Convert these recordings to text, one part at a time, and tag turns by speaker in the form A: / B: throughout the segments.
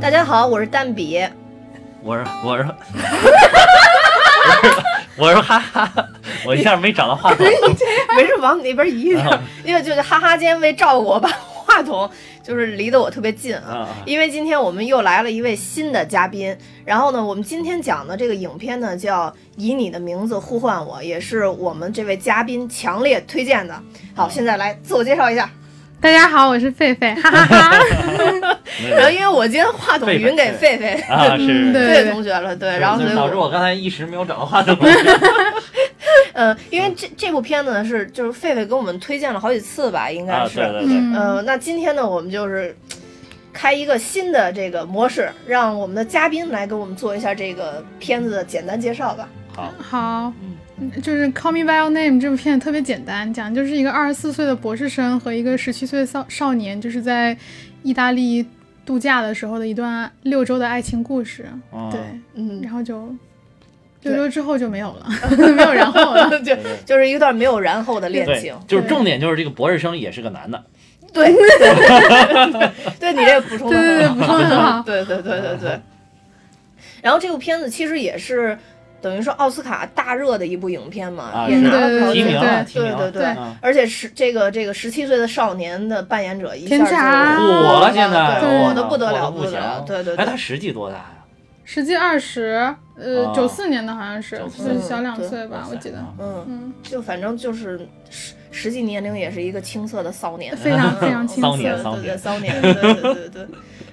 A: 大家好，我是蛋比。
B: 我是我是我是哈哈，我一下没找到话筒。
A: 没事，往你那边移一点
B: 啊，
A: 因为就是哈哈，今天为照顾我，把话筒就是离得我特别近啊。
B: 啊，
A: 因为今天我们又来了一位新的嘉宾，然后呢，我们今天讲的这个影片呢叫《以你的名字呼唤我》，也是我们这位嘉宾强烈推荐的。好，现在来自我介绍一下。
C: 大家好，我是狒狒，哈 哈哈
A: 嗯
B: 没有
A: 然后因为我今天话筒匀给狒狒
B: 啊是
C: 嗯对
A: 狒狒同学了，对，然后所以
B: 导
A: 我
B: 致我刚才一时没有找到话筒。
A: 嗯，因为这这部片子呢是就是狒狒给我们推荐了好几次吧，应该
B: 啊，
A: 是。
B: 对对对，
C: 嗯
A: 呃，那今天呢，我们就是开一个新的这个模式，让我们的嘉宾来给我们做一下这个片子的简单介绍吧。
B: 好，
C: 好，嗯就是《Call Me by Your Name》这部片子特别简单，讲就是一个二十四岁的博士生和一个十七岁的少少年，就是在意大利度假的时候的一段六周的爱情故事。
B: 嗯
C: 对，
A: 嗯，
C: 然后就
A: 对
C: 六周之后就没有 了，没有然后了。
A: 就就是一段没有然后的恋
B: 对
A: 情，，
B: 就是重点就是这个博士生也是个男的，
A: 对 对对，你这个补充
C: 对
A: 的
C: 对
A: 很
C: 对，
A: 好，
C: 补充的很好。
A: 对对对对对。然后这部片子其实也是等于说奥斯卡大热的一部影片嘛，
B: 啊
A: 也
B: 是
A: 拿了
C: 对对
A: 票
B: 提名
A: 选
B: 了，
C: 对
B: 提名
A: 对对
B: 了，
A: 对
C: 对。
B: 嗯
A: 而且是这个这个十七岁的少年的扮演者一下
C: 天
A: 就
C: 才
B: 火了现在，
A: 啊对
C: 火
A: 火的
C: 了
A: 不得了，
B: 火
A: 不
B: 不
A: 得了，
B: 行
A: 对对
B: 哎，
A: 对
B: 他，实际多大呀？
C: 实际二十，呃
B: 哦，
C: 九四年的好像是，
B: 94
C: 就是小两
A: 对
C: 岁吧，我
B: 哇塞
C: 记得。
B: 啊
A: 嗯，
C: 嗯，
A: 就反正就是实实际年龄也是一个青涩的骚年，
C: 非常 非常青
B: 骚
C: 涩
B: 年。
A: 对
B: 骚
A: 对对，
B: 年
A: 骚年，对对对对对。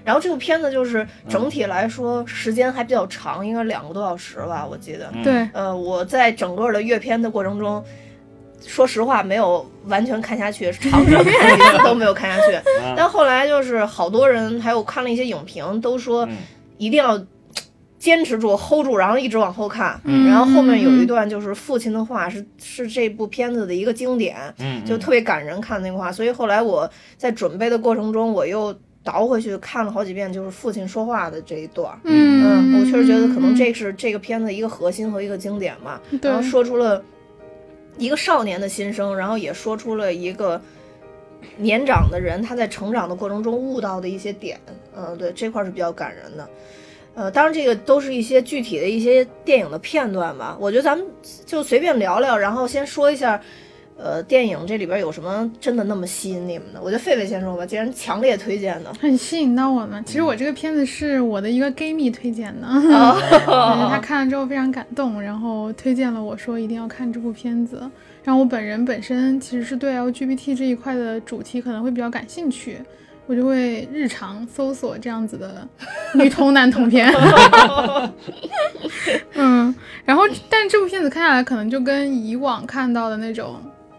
A: 然后这部片子 就是
B: 嗯
A: 整体来说时间还比较长，应该两个多小时吧，我记得。
B: 嗯
C: 对，
A: 呃，我在整个的阅片的过程中，说实话没有完全看下去，长时间一次都没有看下 去。
B: 嗯
A: 但后来就是好多人，还有看了一些影评，都说
B: 嗯
A: 一定要坚持住、hold 住，然后一直往后看。
C: 嗯
A: 然后后面有一
C: 嗯
A: 段就是父亲的话是，是这部片子的一个经典，
B: 嗯，
A: 就特别感人。看那话，所以后来我在准备的过程中，我又倒回去看了好几遍，就是父亲说话的这一段儿。
C: 嗯
A: 嗯，我确实觉得可能
C: 嗯
A: 这是这个片子一个核心和一个经典吧。
C: 对
A: 然后说出了一个少年的心声，然后也说出了一个年长的人他在成长的过程中悟到的一些点。嗯，对，这块儿是比较感人的。呃，当然这个都是一些具体的一些电影的片段吧。我觉得咱们就随便聊聊，然后先说一下。呃，电影这里边有什么真的那么吸引你们的？我觉得狒狒先说吧，既然强烈推荐的，
C: 很吸引到我们。其实
A: 嗯
C: 我这个片子是我的一个 gay 蜜推荐的，嗯他
A: 哦，
C: 看了之后非常感动，然后推荐了我说一定要看这部片子。然后我本人本身其实是对 LGBT 这一块的主题可能会比较感兴趣，我就会日常搜索这样子的女同男同片。嗯，然后但这部片子看下来，可能就跟以往看到的那种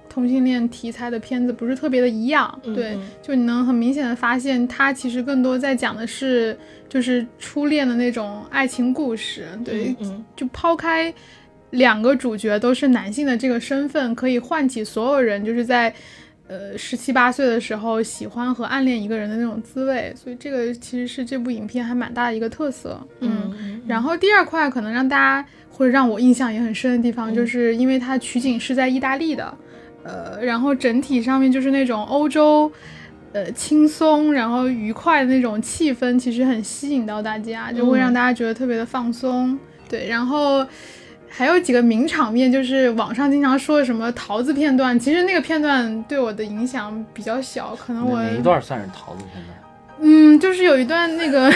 C: 同性恋题材的片子不是特别的一样。
A: 嗯
C: 对
A: 嗯，
C: 就你能很明显的发现，它其实更多在讲的是就是初恋的那种爱情故事。对
A: 嗯，嗯
C: 就抛开两个主角都是男性的这个身份，可以唤起所有人就是在呃十七八岁的时候喜欢和暗恋一个人的那种滋味。所以这个其实是这部影片还蛮大的一个特色。
A: 嗯嗯，
C: 然后第二块可能让大家或者让我印象也很深的地方，就是因为它取景是在意大利的，呃，然后整体上面就是那种欧洲。呃，轻松然后愉快的那种气氛，其实很吸引到大家，就会
A: 嗯
C: 让大家觉得特别的放松。对，然后还有几个名场面，就是网上经常说的什么桃子片段，其实那个片段对我的影响比较小，可能我
B: 哪一段算是桃子片段？
C: 嗯，就是有一段那个，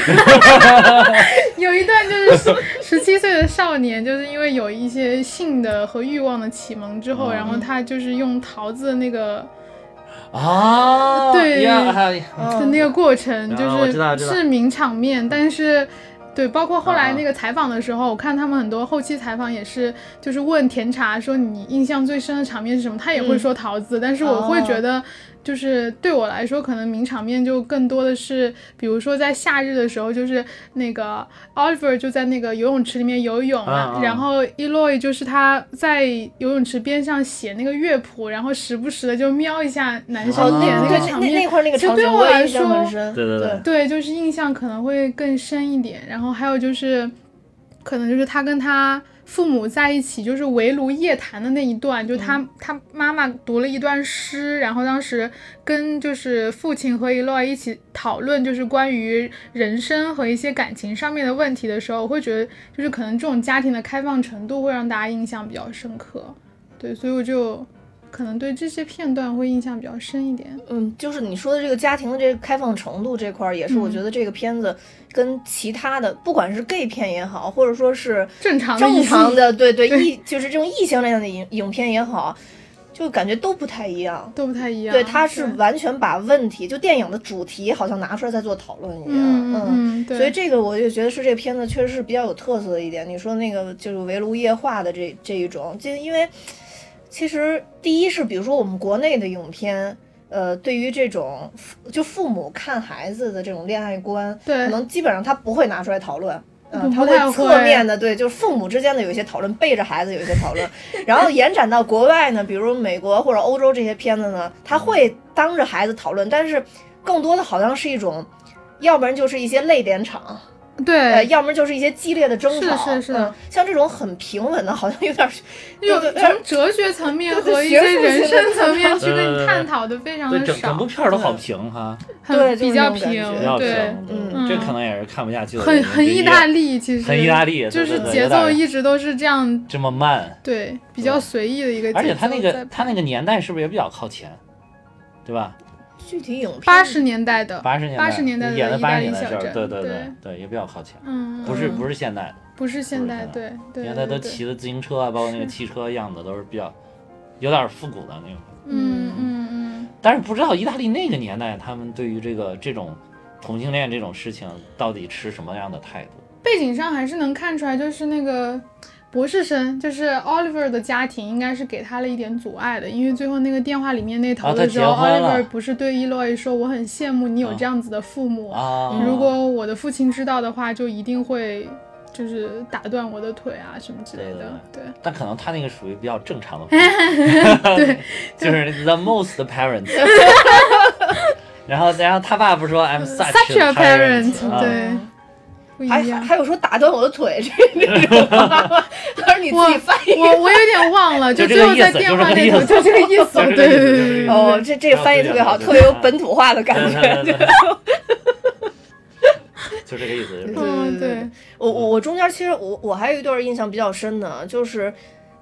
C: 有一段就是说十七岁的少年，就是因为有一些性的和欲望的启蒙之后，
B: 哦
C: 然后他就是用桃子的那个
B: 啊，
C: 对
B: 呀，哎呀
C: 的
A: 嗯
C: 那个过程，
B: 啊
C: 就
B: 我知道
C: 是
B: 知道
C: 是名场面，但是。对，包括后来
B: 啊
C: 那个采访的时候，我看他们很多后期采访也是，就是问甜茶说你印象最深的场面是什么，他也会
A: 嗯
C: 说桃子，但是我会
A: 哦
C: 觉得，就是对我来说，可能名场面就更多的是，比如说在夏日的时候，就是那个 Oliver 就在那个游泳池里面游泳，
B: 啊啊
C: 然后 Eloy 就是他在游泳池边上写那个乐谱，然后时不时的就瞄一下男
A: 哦
C: 生脸
A: 那
C: 那
A: 对
C: 个
A: 那
C: 场
A: 那
C: 面，
A: 那块儿那个
C: 其实
A: 场
C: 对
A: 景
C: 我
A: 我也
C: 来
A: 印象
C: 说
A: 很深，
B: 对对对
C: 对，就是印象可能会更深一点。然后还有就是，可能就是他跟他父母在一起就是围炉夜谈的那一段，就
A: 嗯
C: 他、他妈妈读了一段诗，然后当时跟就是父亲和一洛一起讨论就是关于人生和一些感情上面的问题的时候，我会觉得就是可能这种家庭的开放程度会让大家印象比较深刻，对，所以我就可能对这些片段会印象比较深一点。
A: 嗯，就是你说的这个家庭的这个开放程度这块儿，也是我觉得这个片子跟其他的，不管是 gay 片也好，或者说是
C: 正常的
A: 正
C: 异性
A: 常的，对对，异就是这种异性恋的影影片也好，就感觉都不太一样。
C: 都不太一样，
A: 对，他是完全把问题，就电影的主题好像拿出来在做讨论一样。
C: 嗯嗯嗯，对，
A: 所以这个我就觉得是这个片子确实是比较有特色的一点。你说那个就是围炉夜话的这这一种，就因为其实第一是比如说我们国内的影片，呃，对于这种父就父母看孩子的这种恋爱观，
C: 对
A: 可能基本上他不会拿出来讨论。嗯，他
C: 不太
A: 会侧
C: 会
A: 面的对，就是父母之间的有一些讨论，背着孩子有一些讨论，然后延展到国外呢，比如美国或者欧洲这些片子呢，他会当着孩子讨论，但是更多的好像是一种，要不然就是一些泪点场，呃，
C: 对，
A: 要么就是一些激烈的争
C: 是的
A: 吵，
C: 是的是的
A: 嗯像这种很平稳的，好像有点儿
C: 有
A: 对对对
C: 从哲学层面
A: 对对
C: 和一
A: 学
C: 些
A: 术性
C: 人
A: 的
C: 生层面去
B: 对对
C: 跟你
B: 对
C: 探讨的非常
B: 对
C: 的
B: 整整部
C: 少，
B: 片儿都好平哈，
A: 对
C: 很
A: 就是
C: 比较
A: 那种感觉
C: 平
B: 比较，平
C: 对，，
A: 嗯
B: 这可能也是看不下去的原
C: 很
B: 因
C: 很
B: 之一
C: 意大，利，其实
B: 很意大利，
C: 就
B: 对
C: 是
B: 对对
C: 节
B: 有点
C: 奏
B: 儿
C: 一直都是这样，
B: 这么慢，
C: 对，比较随意的一个节奏在
B: 而
C: 拍，
B: 且他那个他那个年代是不是也比较靠前，对吧？
A: 具体影片
C: 八十年代的，
B: 八十年代，
C: 八十年代的
B: 演的
C: 意
B: 八
C: 大
B: 十
C: 利
B: 年代的
C: 小
B: 事儿，
C: 镇
B: 对对
C: 对
B: 对，也比较靠前，
C: 嗯，
B: 不是
C: 嗯
B: 不是现代的，
C: 不是现代，
B: 不是
C: 对对，
B: 原来都
C: 对对嗯
B: 骑的自行车啊，包括那个
C: 是
B: 汽车样子都是比较有点复古的那种。
C: 嗯嗯嗯，
B: 但是不知道意大利那个年代，他们对于这个这种同性恋这种事情到底持什么样的态度？
C: 背景上还是能看出来，就是那个博士生，就是 Oliver 的家庭，应该是给他了一点阻碍的，因为最后那个电话里面那头
B: 啊
C: 的
B: 他
C: 时候、
B: 结
C: o
B: 婚
C: l i
B: 了
C: v e r 不是对伊洛伊说：“我很羡慕你有
B: 啊
C: 这样子的父母，
B: 啊，
C: 如果我的父亲知道的话，就一定会就是打断我的腿啊什么之类的。”对
B: 但可能他那个属于比较正常 的父母，对， 就是 the most parents。然后，然后他爸不说 I'm such
C: Such a
B: parent，
C: parent，
B: 啊
C: 对，不一
A: 还
C: 样
A: 还。还有说打断我的腿这这种， 还是你自己翻译。
C: 我我有点忘了，
B: 就这
C: 最
B: 个
C: 后
B: 意
C: 在
B: 思
C: 电
B: 就
C: 话
B: 这个
C: 那
B: 意
C: 头
B: 思
C: 就这个意思，
B: 就是
C: 对对
B: 这个意思就是
C: 对对
B: 这个意思
C: 对
A: 哦，这这个翻译特别好，
B: 对
A: 特
B: 对对
A: 别有本土化的感觉。
B: 对对对， 就这个意思，就
A: 对
B: 是
A: 对
C: 嗯
A: 对
C: 对，
A: 我我我中间其实我我还有一段印象比较深的，就是，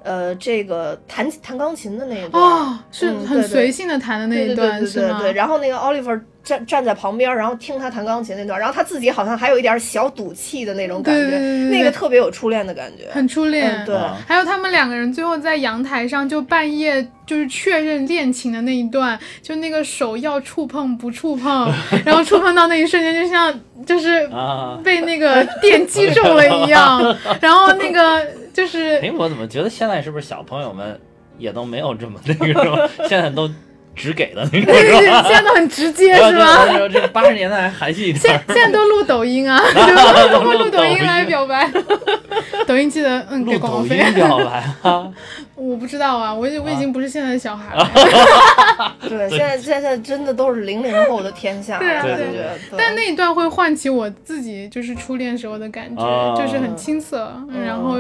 A: 呃，这个弹弹钢琴的那一段，
C: 哦，是
A: 嗯
C: 很
A: 对对
C: 随性的弹的那一
A: 对对
C: 段
A: 对
C: 是
A: 对
C: 吗？
A: 对，然后那个 Oliver 站站在旁边，然后听他弹钢琴那段，然后他自己好像还有一点小赌气的那种感觉，
C: 对对对对对
A: 那个特别有初恋的感觉。
C: 很哦初恋
A: 嗯，对
B: 啊
C: 还有他们两个人最后在阳台上就半夜就是确认恋情的那一段，就那个手要触碰不 触碰，然后触碰到那一瞬间，就像就是
B: 啊。
C: 被那个电击中了一 样。然后那个就是
B: 哎，我怎么觉得现在是不是小朋友们也都没有这么那个什么， 现在都只给的
A: 哎
B: 那种
C: 对
B: 是
C: 对
B: 吧？
C: 现在都很直接是吧？
B: 吧？这八十年代还含蓄 一点
C: 现
B: 儿，
C: 现在都录抖音 啊，就通过录抖
B: 抖
C: 音
B: 音
C: 来表白。 抖音记得嗯给
B: 录
C: 广告
B: 抖
C: 费
B: 音。表白啊，
C: 我不知道啊，我已我已经不是现在的小孩了。
A: 啊对，现在现在真的都是零零后的天下，
C: 对啊
A: 我
B: 对
A: 就
B: 对
A: 觉得。对
C: 但那一段会唤起我自己就是初恋时候的感觉，
A: 啊
B: 哦
C: 就是很青涩，然后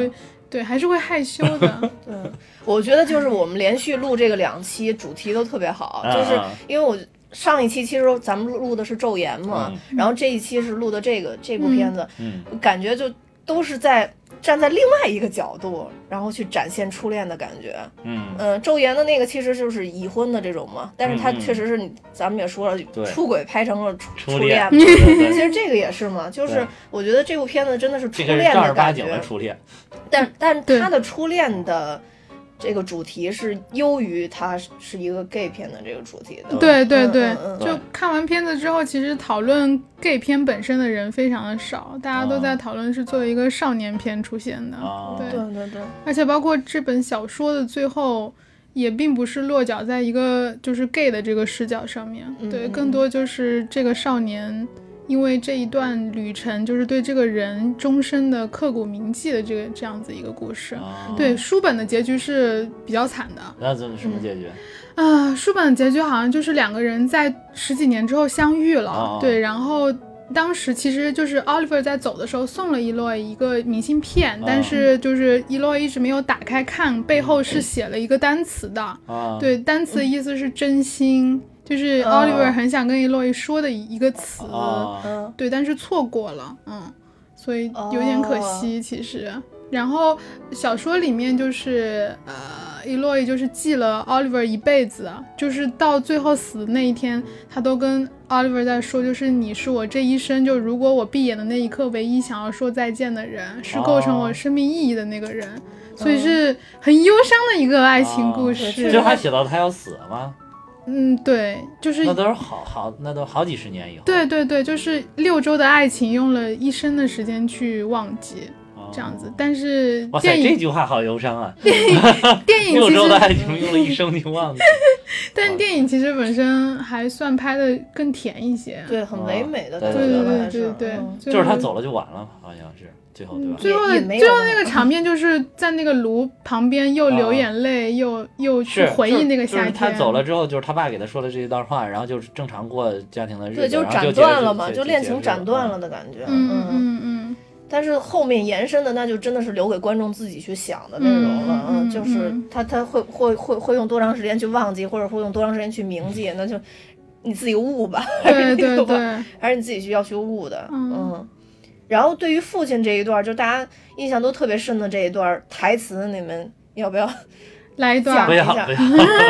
C: 对还是会害羞的。
A: 嗯，我觉得就是我们连续录这个两期，主题都特别好，
B: 嗯
A: 就是
B: 嗯
A: 因为我上一期其实咱们录的是《昼颜》嘛，然后这一期是录的这个这部片子，
B: 嗯，
A: 感觉就都是在站在另外一个角度，然后去展现初恋的感觉。
B: 嗯，
A: 嗯，昼颜的那个其实就是已婚的这种嘛，但是他
B: 嗯嗯
A: 确实是你，咱们也说了，
B: 对
A: 出轨拍成了初
B: 初
A: 恋
B: 恋
A: 嘛。
B: 对对对
A: 其实这个也是嘛，就是
B: 对
A: 我觉得这部片子真的是初
B: 这个是
A: 恋
B: 正儿
A: 的
B: 八
A: 感
B: 经的
A: 觉，
B: 初恋，
A: 但但
C: 对
A: 他的初恋的这个主题是优于他是一个 gay 片的这个主题的。
C: 对对对，
A: 嗯嗯
C: 就看完片子之后，其实讨论 gay 片本身的人非常的少，大家都
A: 啊
C: 在讨论是作为一个少年片出现的，
B: 哦
C: 对，
A: 对对对，
C: 而且包括这本小说的最后。也并不是落脚在一个就是 gay 的这个视角上面，
A: 嗯
C: 对，
A: 嗯
C: 更多就是这个少年因为这一段旅程，就是对这个人终身的刻骨铭记的这个这样子一个故事。
A: 哦
B: 啊，
C: 对，书本的结局是比较惨的
B: 那怎么什么结局？
C: 啊，书本的结局好像就是两个人在十几年之后相遇了，
B: 哦
C: 对，然后当时其实就是 Oliver 在走的时候送了 Eloy 一个明信
B: 哦
C: 片，但是就是 Eloy 一直没有打开看，背后
B: 嗯
C: 是写了一个单词的，
B: 啊，
C: 对，单词的意思是真心，就是
A: 哦
C: Oliver 很想跟 Eloy 说的一个词，
B: 啊，
A: 嗯，
C: 对，但是错过了，嗯，所以有点可
B: 哦
C: 惜其实。然后小说里面就是呃，Eloy 就是记了 Oliver 一辈子，就是到最后死的那一天，他都跟 Oliver 在说，就是你是我这一生就如果我闭眼的那一刻唯一想要说再见的人，是构成我
B: 哦嗯
C: 生命意义的那个人，所以是很忧伤的一个爱情故
B: 哦
C: 事。
A: 对
B: 这还写到他要死吗？
C: 嗯，对，就是
B: 那都是好好，那都好几十年以后。
C: 对对对，就是六周的爱情用了一生的时间去忘记，
B: 哦，
C: 这样子。但是
B: 哇塞，
C: 电
B: 这
C: 影
B: 句话好忧伤啊！
C: 电影
B: 六
C: 其
B: 周的爱
C: 实，
B: 情用了一生就忘记。
C: 但电影其实本身还算拍的更甜一些。啊
A: 对，很唯美的感
C: 嗯对
A: 觉
C: 对
A: 吧，
C: 对
A: 还
C: 对
A: 是
C: 对嗯
A: 嗯，
B: 就是他
C: 是
B: 走了就晚了，好像是最后对吧？
C: 最后的
A: 也也没有
C: 最后那个场面就是在那个炉旁边，又流眼泪，又又去
B: 啊是
C: 回忆那个
B: 就是
C: 夏
B: 就是他
C: 天。
B: 走了之后，就是他爸给他说了这一段话，然后就是正常过家庭的日子，
A: 对，就是
B: 然后
A: 斩
B: 结束
A: 断了嘛，
B: 结
A: 就恋情斩断。了
B: 结束啊
A: 的感觉，
C: 嗯嗯嗯 嗯，
A: 但是后面延伸的，那就真的是留给观众自己去想的内容了。
C: 嗯嗯
A: 嗯，
C: 嗯
A: 就是
C: 嗯
A: 他他会会会会用多长时间去忘记，或者会用多长时间去铭记，那就你自己悟吧，
B: 哎
C: 对对
A: 这个
C: 对，
A: 还是你自己去要去悟的。
C: 嗯
A: 嗯。然后对于父亲这一段，就大家印象都特别深的这一段台词，你们要 不要？
C: 来一
A: 讲
C: 段
B: 不
A: 一
B: 要
A: 下
B: 不要，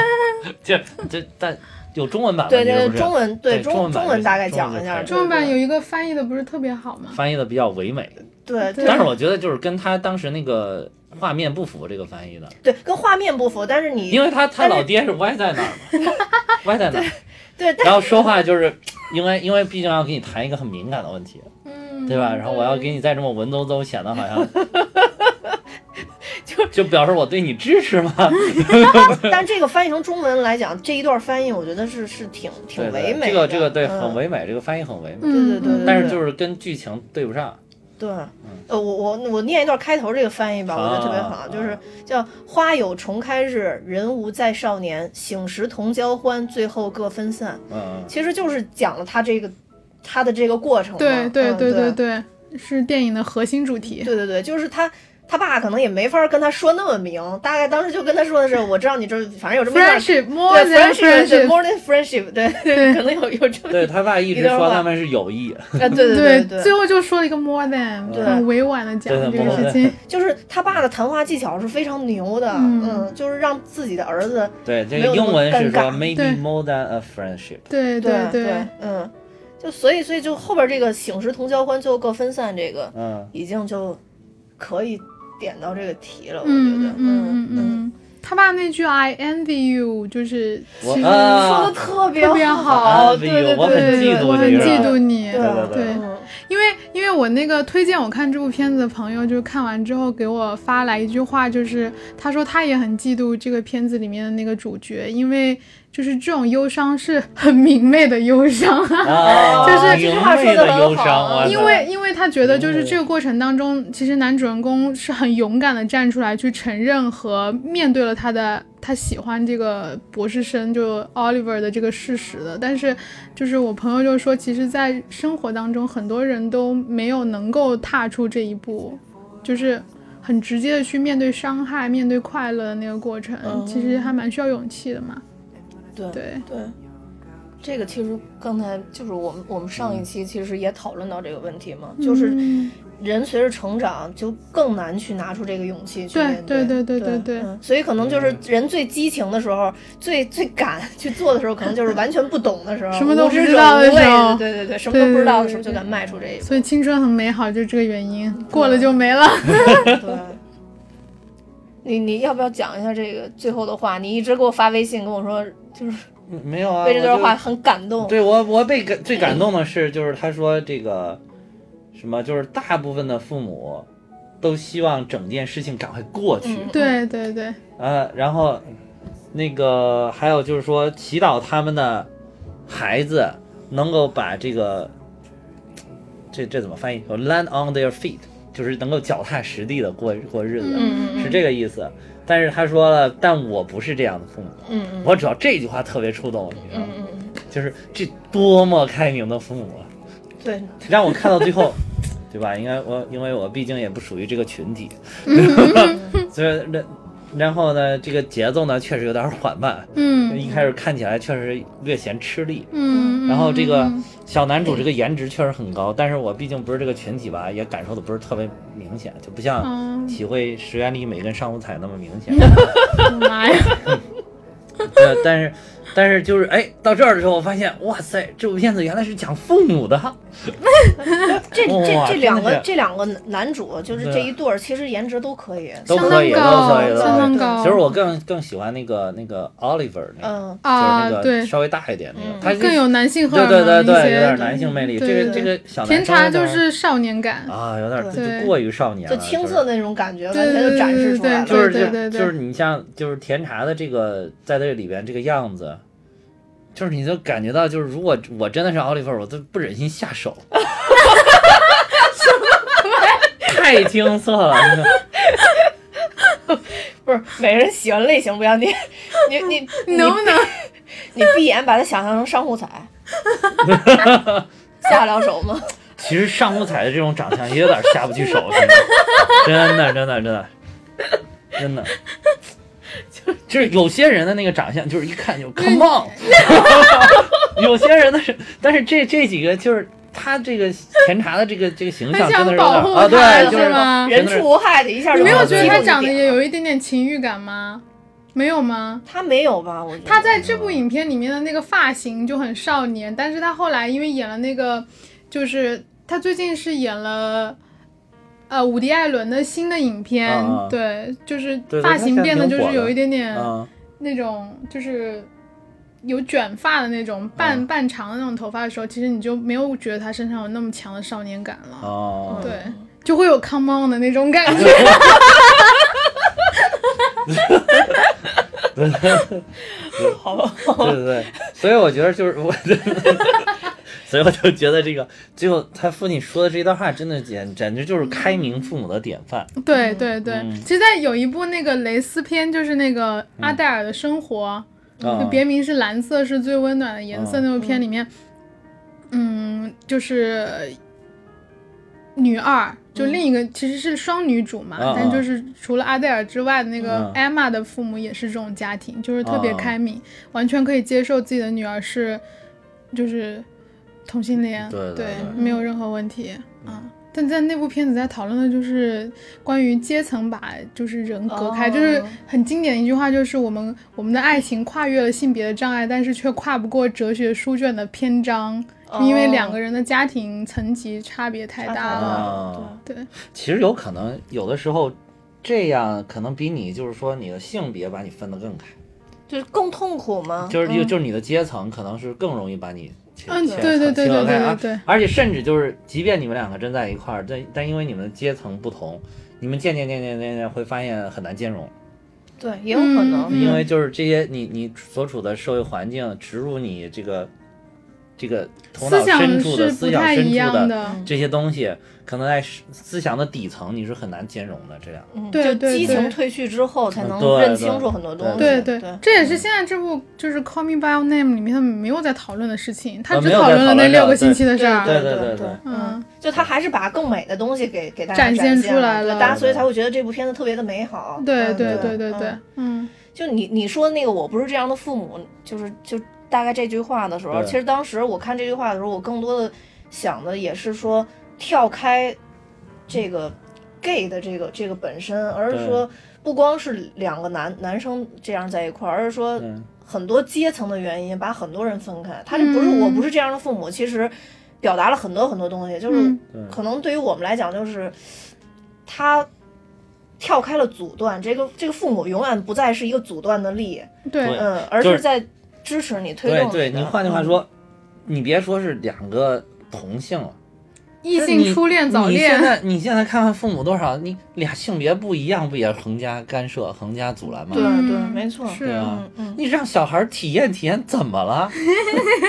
B: 这这但有中文版吗
A: 对
B: 你
A: 对
B: 是
A: 对，
B: 不是
A: 中文对
B: 对
A: 中
B: 中文版
A: 文
B: 就
A: 大概
B: 中
A: 讲
B: 文就
A: 一下。
B: 可以
A: 对
C: 中文版
A: 对
C: 有一个翻译的不是特别好吗？
B: 翻译的比较唯美，
A: 对 对
C: 对
B: 但是我觉得就是跟他当时那个画面不符这个翻译的，
A: 对，跟画面不符，但是你
B: 因为他他
A: 但是
B: 老爹是歪在那儿嘛， 歪在那儿，
A: 对，但
B: 然后说话就是因为因为毕竟要跟你谈一个很敏感的问题，
C: 嗯，
B: 对吧？然后我要给
C: 你
B: 你再这么文绉绉，显得好 像就就表示我对你支持嘛。
A: 但这个翻译成中文来讲，这一段翻译我觉得是是挺挺
B: 对对
A: 唯美的。
B: 这个这个对，
A: 嗯
B: 很唯美，这个翻译很唯美，
A: 对对对对
B: 但是就是跟剧情对不上。
A: 对，呃，我我我念一段开头这个翻译吧，我觉得特别
B: 啊
A: 好，
B: 啊
A: 就是叫“花有重开日，人无再少年，醒时同交欢，最后各分散
B: 嗯”，，
A: 其实就是讲了他这个他的这个过程嘛。
C: 对对
A: 嗯
C: 对
A: 对
C: 对对，是电影的核心主题。
A: 对对对，就是他。他爸可能也没法跟他说那么明，大概当时就跟他说的是，我知道你这反正有这么一段
C: friendship more
A: 对
C: than
A: friendship，对
C: friendship，
A: more than friendship，对对，可能有有这么
B: 对他爸一直
A: 一段
B: 说
A: 话
B: 他们是友谊，
A: 啊，对对对对，
C: 最后就说了一个 more than，
A: 对
C: 很委婉的讲
B: 对
C: 这
B: 对
C: 个
B: ，more
C: 事情。
A: 就是他爸的谈话技巧是非常牛的，
C: 嗯
A: 嗯就是让自己的儿子，
B: 对这
A: 没有
B: 个
A: 那
B: 英
A: 么
B: 文是
A: 尴
B: 说
A: 尬
B: maybe
C: 对
B: more than a friendship。
C: 对
A: 对
C: 对，
A: 嗯，就所以所以就后边这个醒时同交欢，最后各分散，这个
B: 嗯，
A: 已经就可以点到这个题了，我觉
C: 嗯
A: 得
C: 嗯，嗯
A: 嗯，
C: 嗯，他爸那句 I envy you 就是
B: 我
C: 其实
B: 啊
A: 说的特别
C: 嗯特别
A: 好，
B: 好
A: 对对对，
B: 我很嫉妒
C: 对，我很
B: 这个
C: 嫉妒你。
A: 对
B: 对
C: 对
A: 嗯
C: 因为因为我那个推荐我看这部片子的朋友，就是看完之后给我发来一句话，就是他说他也很嫉妒这个片子里面的那个主角，因为就是这种忧伤是很明媚的忧伤。
B: 啊，
A: 就是
B: 明
A: 这句话
B: 媚
A: 说
B: 的
A: 得很
B: 忧
A: 好啊
B: 伤，哇塞
C: 因为因为他觉得就是
B: 啊嗯
C: 这个过程当中，其实男主人公是很勇敢的站出来去承认和面对了他的他喜欢这个博士生就 Oliver 的这个事实的。但是就是我朋友就说，其实，在生活当中，很多人都没有能够踏出这一步，就是。很直接的去面对伤害、面对快乐的那个过程，
A: 嗯
C: 其实还蛮需要勇气的嘛。
A: 对
C: 对，
A: 对。这个其实刚才就是我们我们上一期其实也讨论到这个问题嘛，就是
C: 嗯
A: 人随着成长就更难去拿出这个勇气去
C: 对
A: 面
C: 对
A: 对
C: 对对
A: 对
C: 对
A: 嗯所以可能就是人最激情的时候，最最敢去做的时候，可能就是完全不懂的时候，
C: 什么都
A: 无知
C: 不知
A: 者
C: 道的
A: 无畏
C: 时候
A: 对对对，什么都
C: 对
A: 不知道的
C: 对
A: 时候就敢迈出这一步，
C: 所以青春很美好，就是这个原因。过了就没了。
A: 对。你你要不要讲一下这个最后的话？你一直给我发微信跟我说，就是
B: 嗯没有啊，
A: 被这
B: 我
A: 段
B: 就
A: 话很感动。
B: 对我，我被感最感动的是，就是他说这个什么，就是大部分的父母都希望整件事情赶快过去，
A: 嗯
C: 对对对，
B: 呃，然后那个还有就是说，祈祷他们的孩子能够把这个这这怎么翻译就？land on their feet，就是能够脚踏实地的过过日子，
A: 嗯嗯
B: 是这个意思。但是他说了，但我不是这样的父母。
A: 嗯嗯
B: 我主
C: 嗯
B: 要这句话特别触动我，你知道吗？
A: 嗯嗯，
B: 就是这多么开明的父母啊！
A: 对，
B: 让我看到最后， 对吧？应该我因为我毕竟也不属于这个群体，
C: 嗯
B: 所以那然后呢，这个节奏呢确实有点缓慢，
C: 嗯
B: 一开始看起来确实略显吃力。
C: 嗯，
B: 然后这个
C: 嗯
B: 小男主这个颜值确实很高，但是我毕竟不是这个群体吧，也感受的不是特别明显，就不像
C: 嗯
B: 体会石原里美跟上舞彩那么明显。
C: 妈呀，
B: 呃，但是但是就是哎，到这儿的时候我发现，哇塞，这部片子原来是讲父母
C: 哦
B: 的，
A: 这这
B: 哇
A: 这两
B: 真
A: 个
B: 的是
A: 这两个男主就是
B: 对
A: 这一对儿，其实颜值都可以。
B: 都可以，
C: 相
B: 都
C: 当
B: 可以，
C: 高
B: 都
C: 相
B: 可
C: 当
B: 以。
C: 高
B: 其实我更更喜欢那个那个 Oliver 那个，
A: 嗯，
B: 就是那
C: 啊，
B: 个
C: 对，
B: 稍微大一点那个，
A: 嗯
B: 他是
C: 更有男性荷
B: 对
C: 尔
B: 对
C: 蒙
B: 对
C: 的
B: 对，
C: 一
B: 有点
C: 些
B: 男性魅力。这
C: 对
B: 个
C: 对
B: 这个小
C: 甜
B: 男生
C: 茶
B: 有
C: 就
B: 点
C: 是少年感，
B: 啊，有点
A: 对
B: 就过于少年
A: 就
B: 了，
A: 青
B: 就是
A: 涩那种感觉，
C: 对
A: 完全就展示出来了。
C: 对
B: 就是
C: 对
B: 这，
C: 对对
B: 就是你像就是甜茶的这个在这里边这个样子，就是你就感觉到就是如果我真的是奥利弗，我都不忍心下手。太青涩了，真的
A: 不是每人喜欢类型不一样，你你 你你
C: 能不能
A: 你闭眼把它想象成商户 彩，下得了手吗？
B: 其实上古彩的这种长相也有点下不去手，真的，真的，真的，真的，真的，就是有些人的那个长相，就是一看就 come on，有些人的是，但是这这几个就是他这个甜茶的这个这个形象
C: 很
B: 真的是
C: 想
B: 有
C: 保
B: 点
C: 护
B: 啊，
C: 他
B: 对，就是
C: 吗？
A: 人畜无害的，一下
C: 你
A: 就
C: 没有
B: 哦
C: 觉得
B: 对
C: 他
A: 击中
C: 长得
A: 点
C: 也有一点点情欲感吗？没有吗？
A: 他没有吧？我觉得
C: 他
B: 嗯
C: 在这部影片里面的那个发型就很少年，但是他后来因为演了那个，就是他最近是演了。呃，伍迪·艾伦的新的影片，
B: 啊啊
C: 对，就是
B: 对对
C: 发型变得就是有一点点
B: 嗯，
C: 那种，就是有卷发的那种半、
B: 嗯
C: 半长的那种头发的时候，其实你就没有觉得他身上有那么强的少年感了。
B: 哦，
C: 对，就会有 come on 的那种 感觉。
A: 好吧，
C: 嗯
B: 对对对，所以我觉得就是我， 所以我就觉得这个最后他父亲说的这段话，真的简简直就是开明父母的典范。
C: 对对对，
B: 嗯
C: 其实，在有一部那个蕾丝片，就是那个阿黛尔的生活，
B: 啊
C: 就别名是蓝色是最温暖的颜色
B: 嗯
C: 那部片里面，嗯，就是女二，就
B: 嗯
C: 另一个、其实是双女主嘛，
B: 啊
C: 但就是除了阿黛尔之外的那个
B: 嗯
C: 艾玛的父母也是这种家庭，就是特别
B: 啊
C: 开明，完全可以接受自己的女儿是就是同性恋，
B: 对对嗯对
C: 没有任何问题啊。但在那部片子在讨论的就是关于阶层把就是人隔开，
A: 哦
C: 就是很经典的一句话，就是我们我们的爱情跨越了性别的障碍，但是却跨不过哲学书卷的篇章，是 因为
A: 哦
C: 两个人的家庭层级差别太大
A: 啊
C: 了。
B: 啊，
C: 对，
B: 其实有可能有的时候这样可能比你就是说你的性别把你分得更开，
A: 就是更痛苦吗？
B: 就是就就是你的阶层可能是更容易把你切。
C: 嗯
B: 切
C: 对对对
B: 切割
C: 对对
B: 开啊
C: 对对
B: 而且甚至就是，即便你们两个真在一块儿，但但因为你们的阶层不同，你们渐渐渐渐渐渐会发现很难兼容。
A: 对，也有可能。
C: 嗯
B: 因为就是这些你你所处的社会环境植入你这个这个头脑
C: 思想
B: 深处的
C: 是
B: 思
C: 不
B: 想
C: 太
B: 深
C: 一样
B: 处的嗯
C: 的。
B: 这些东西，可能在思思想的底层你是很难兼容的。这样，
A: 嗯
C: 对
A: 就
C: 对
A: 激
C: 对
A: 情褪去之后，才能
B: 嗯对对
A: 认清楚很多东西。
C: 对
A: 对对
C: 这也是现在这部就是《Call Me by Your Name》里面他们没有在讨论的事情，他
B: 呃
C: 只
B: 没有在
C: 论了
B: 讨论
C: 那
B: 这
C: 六
B: 个
C: 个星
B: 对
C: 期的事儿。
B: 对
A: 对
B: 对对
C: 嗯，
A: 就他还是把更美的东西给给大家
C: 展现
A: 现
C: 出来
A: 对
C: 了
A: 大家所以才会觉得这部片子特别的美好。
C: 对
A: 嗯
C: 对
A: 对
C: 对对对
A: 嗯，
C: 嗯，
A: 就你你说那个我不是这样的父母，就是就大概这句话的时候，
B: 对
A: 其实当时我看这句话的时候，我更多的想的也是说跳开这个 gay 的这个这个本身，而是
B: 对
A: 说不光是两个男男生这样在一块儿，而是说
B: 嗯，
A: 很多阶层的原因把很多人分开。他这不是
B: 嗯
A: 我不是这样的父母，其实表达了很多很多东西，就是
C: 嗯
B: 对，
A: 可能对于我们来讲，就是他跳开了阻断，这个这个父母永远不再是一个阻断的力，
C: 对
B: 对
A: 嗯，而
B: 就是
A: 是在支持你、推
B: 对
A: 动你的。
B: 对，你换句话
A: 嗯，
B: 说，你别说是两个同性了，
C: 异
B: 你
C: 性初恋、早
B: 你现
C: 恋，
B: 在你现在看看父母多少，你俩性别不一样，不也横加干涉、横加阻拦吗？
A: 对
C: 嗯
A: 没错
C: 是
B: 对啊
A: 嗯嗯，
B: 你让小孩体验体验怎么了？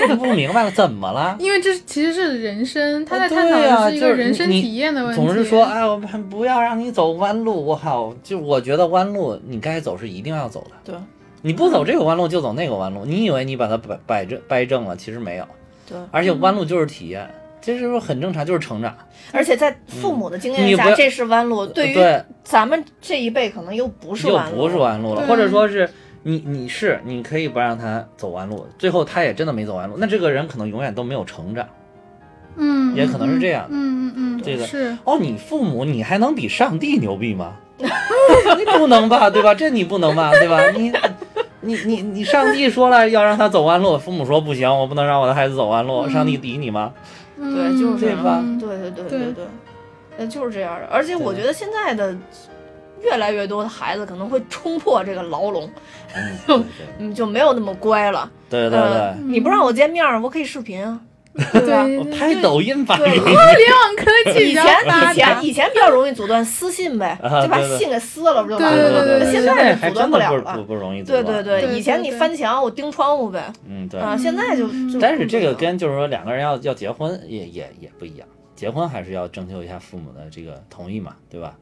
B: 我就不明白了，怎么了？
C: 因为这是其实是人生，他在
B: 呃
C: 探讨
B: 对啊
C: 的是一个
B: 就是
C: 人生
B: 你
C: 体验的问题。
B: 总是说，哎，我们不要让你走弯路。我靠，就我觉得弯路你该走是一定要走的，
A: 对
B: 你不
C: 嗯
B: 走这个弯路就走那个弯路。你以为你把它摆摆正掰正了，其实没有。
A: 对
C: 嗯
B: 而且弯路就是体验，这是不是很正常？就是成长。
A: 而且在父母的经验
B: 你不
A: 下，
B: 要呃
A: 这是弯路。对于
B: 对，
A: 咱们这一辈，可能又不是
B: 又
A: 弯路，
B: 不是弯路了，
C: 对
B: 或者说是你你是你可以不让他走弯路，最后他也真的没走弯路，那这个人可能永远都没有成长。
C: 嗯，
B: 也可能是这样的
C: 嗯嗯嗯，
B: 这个
C: 是
B: 哦，你父母你还能比上帝牛逼吗？你不能吧，对吧？这你不能吧，对吧？你你你你，上帝说了要让他走弯路，父母说不行，我不能让我的孩子走弯路，
C: 嗯
B: 上帝抵你吗？
A: 对就是这样
B: 对吧
C: 嗯
A: 对对对
C: 对
A: 对对，呃，就是这样的。而且我
B: 对
A: 觉得现在的越来越多的孩子可能会冲破这个牢笼，
B: 嗯，对
A: 嗯，就没有那么乖了。
B: 对对对
A: 呃
B: 对
A: 你不让我见面儿，我可以视频啊，对吧？
C: 嗯对，
B: 我拍抖音吧，
A: 对
B: 你
C: 互联网科技
A: 以
C: 比较
A: 前
C: 发
A: 以前
C: 达，
A: 以前比较容易阻断私信呗，
B: 啊
A: 就把
B: 对对
A: 信给撕了不就
C: 对
A: 完了吗？
C: 对对对
A: 现
B: 在
A: 在
B: 还
A: 是阻断
B: 真
A: 不
B: 的
A: 了
B: 不不
A: 了。
B: 不容易阻
A: 对
B: 断，
A: 对对，
C: 对
A: 以前
C: 对
A: 你
C: 对
A: 翻墙，我钉窗户呗，
B: 嗯对。
A: 啊，现在就
C: 嗯
A: 就
B: 但是这个
A: 不
B: 跟就是说两个人要要结婚也也也不一样，结婚还是要征求一下父母的这个同意嘛，对吧？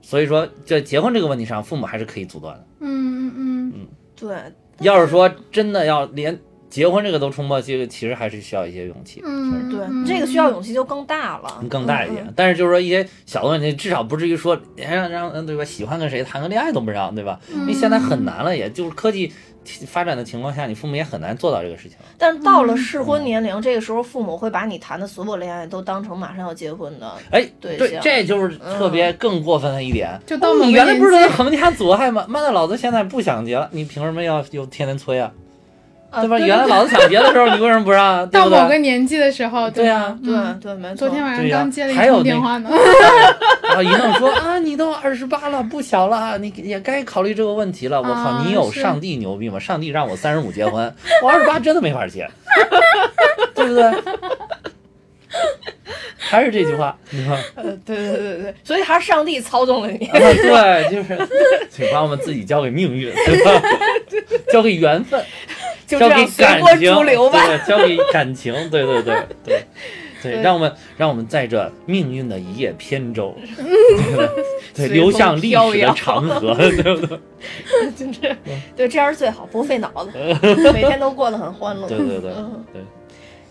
B: 所以说在结婚这个问题上，父母还是可以阻断的。
C: 嗯嗯
A: 对，
B: 要是说真的要连结婚这个都冲破，这个其实还是需要一些勇气，
C: 嗯，
A: 对
C: 嗯，
A: 这个需要勇气就更大了，
B: 更大一
A: 嗯
B: 点。但是就是说一些小的问题，至少不至于说哎让让对吧？喜欢跟谁谈个恋爱都不让，对吧？因
C: 嗯
B: 为现在很难了，也就是科技发展的情况下，你父母也很难做到这个事情。
A: 但是到了适婚年龄，这个时候父母会把你谈的所有恋爱都当成马上要结婚的。
B: 哎，
A: 对
B: 对，
A: 像
B: 这就是特别更过分的一点。
C: 就到
B: 哦
C: 某
B: 你
C: 个
B: 原来
C: 年
B: 不是
C: 纪
B: 在横加阻碍吗？妈的，老子现在不想结了，你凭什么要又天天催啊？
A: 啊
B: 对吧？
A: 对
B: 原来老子想结的时候，你为什么不让啊？对
C: 到
B: 不
C: 某个
B: 对？
C: 年纪的时候，
B: 对
C: 吧
B: 啊？
A: 对对，没错。
C: 昨天晚上
B: 对呀
C: 刚接了一
B: 还有
C: 通电
B: 那
C: 话呢。
B: 然后一弄说 啊，你都二十八了，不小了，你也该考虑这个问题了。我靠，
C: 啊
B: 你有
C: 是
B: 上帝牛逼吗？上帝让我三十五结婚， 我二十八真的没法结， 对不对？还是这句话，你啊看。
A: 呃对对对对，所以还是上帝操纵了你。
B: 啊，对，就是请把我们自己交给命运，对吧？交给缘分，
A: 就
B: 交
A: 这
B: 给
A: 样
B: 感
A: 随波
B: 情，
A: 逐流吧。
B: 对，交给感情，对 对对对对，
A: 对
B: 让我们让我们在这命运的一叶扁舟， 对，
A: 嗯随
B: 流
A: 风
B: 向历
A: 飘
B: 史的
A: 摇
B: 长 河，对不对？嗯
A: 就这，对，这样是最好，不费脑 子，每天都过得很欢乐。
B: 对对对
A: 嗯
B: 对，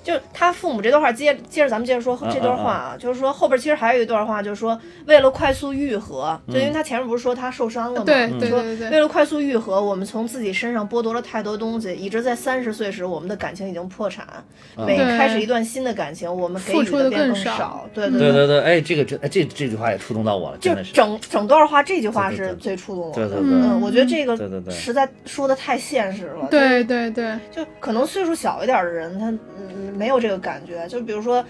A: 就是他父母这段话接接着咱们接着说
B: 嗯
A: 这段话啊，就是说后边其实还有一段话，就是说为了快速愈合，就因
B: 嗯
A: 为他前面不是说他受伤了吗？
C: 对对
A: 说
C: 对对
A: 为
C: 对，
A: 了快速愈合，我们从自己身上剥夺了太多东西，以致在三十岁时，我们的感情已经破产。
B: 嗯
A: 每
C: 对
A: 开始一段新的感情，我们给
C: 付
A: 予
C: 出的
A: 变
C: 更
A: 更
C: 少
A: 对
B: 对
A: 对。
B: 对对，哎，这个真哎这这句话也触动到我了，
A: 就
B: 真的是，
A: 整整段话，这句话
B: 对对
A: 是
B: 对
A: 最触动我
B: 对
A: 的。
B: 对
C: 嗯
B: 对
A: 嗯，我觉得这
B: 对
A: 个
B: 对对。
A: 实在说的太现实了。
C: 对对对，
A: 就，就可能岁数小一点的人，他嗯没有这个感觉。就比如说，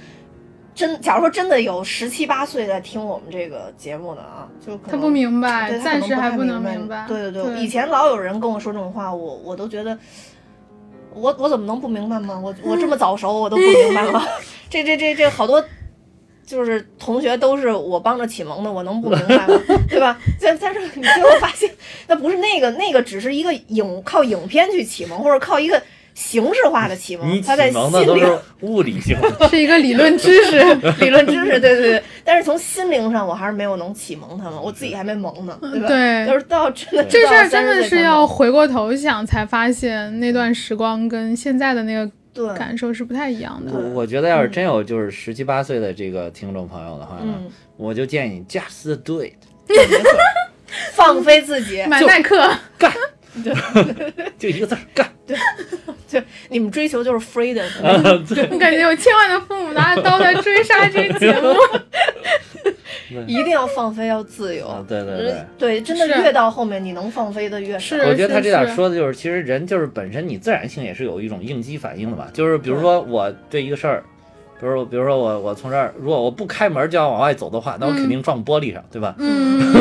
A: 真假如说真的有十七八岁在听我们这个节目的啊，就可能
C: 他不明白，
A: 对，他
C: 暂
A: 可
C: 时还
A: 不太
C: 能
A: 白
C: 明白。
A: 对对
C: 对
A: 对，以前老有人跟我说这种话，我我都觉得，我我怎么能不明白吗？我我这么早熟，我都不明白吗？ 这这这这好多。就是同学都是我帮着启蒙的，我能不明白吗？ 对吧？但但是你最后发现，那不是那个那个，只是一个影靠影片去启蒙，或者靠一个形式化的启
B: 你
A: 蒙。
B: 启
A: 他在
B: 蒙的
A: 心
B: 都
A: 灵
B: 是物理性的，
C: 是一个理论知识。
A: 理论知 识，对对对。但是从心灵上，我还是没有能启蒙他们，我自己还没萌呢，对吧？
C: 对
A: 就，是到真的
C: 这事儿
A: 到三
C: 真
A: 十
C: 的
A: 岁
C: 是
A: 才
C: 要
A: 能
C: 回过头想才发现，那段时光跟现在的那个
A: 对，
C: 感受是不太一样
B: 我
C: 的。
B: 我觉得要是真有就是十七八岁的这个听众朋友的话呢，
A: 嗯，
B: 我就建议 just do it，
A: 对没错儿放飞自己。
C: 买耐克，
B: 干，就一个字儿干。
A: 就 你们追求就是 freedom，
C: 嗯 我感觉有千万的父母拿着刀在追杀这个节目。
A: 一定要放飞，要自由嗯
B: 啊。 对对对
A: 对，真的
C: 是
A: 越到后面，你能放飞的越少。
C: 是
B: 我觉得他这点
C: 是
B: 说的就是，其实人就是本身你自然性也是有一种应激反应的嘛。就是比如说我对一个事儿，比如说比如说我我从这儿，如果我不开门就要往外走的话，那我肯定撞玻璃上，对吧？
C: 嗯，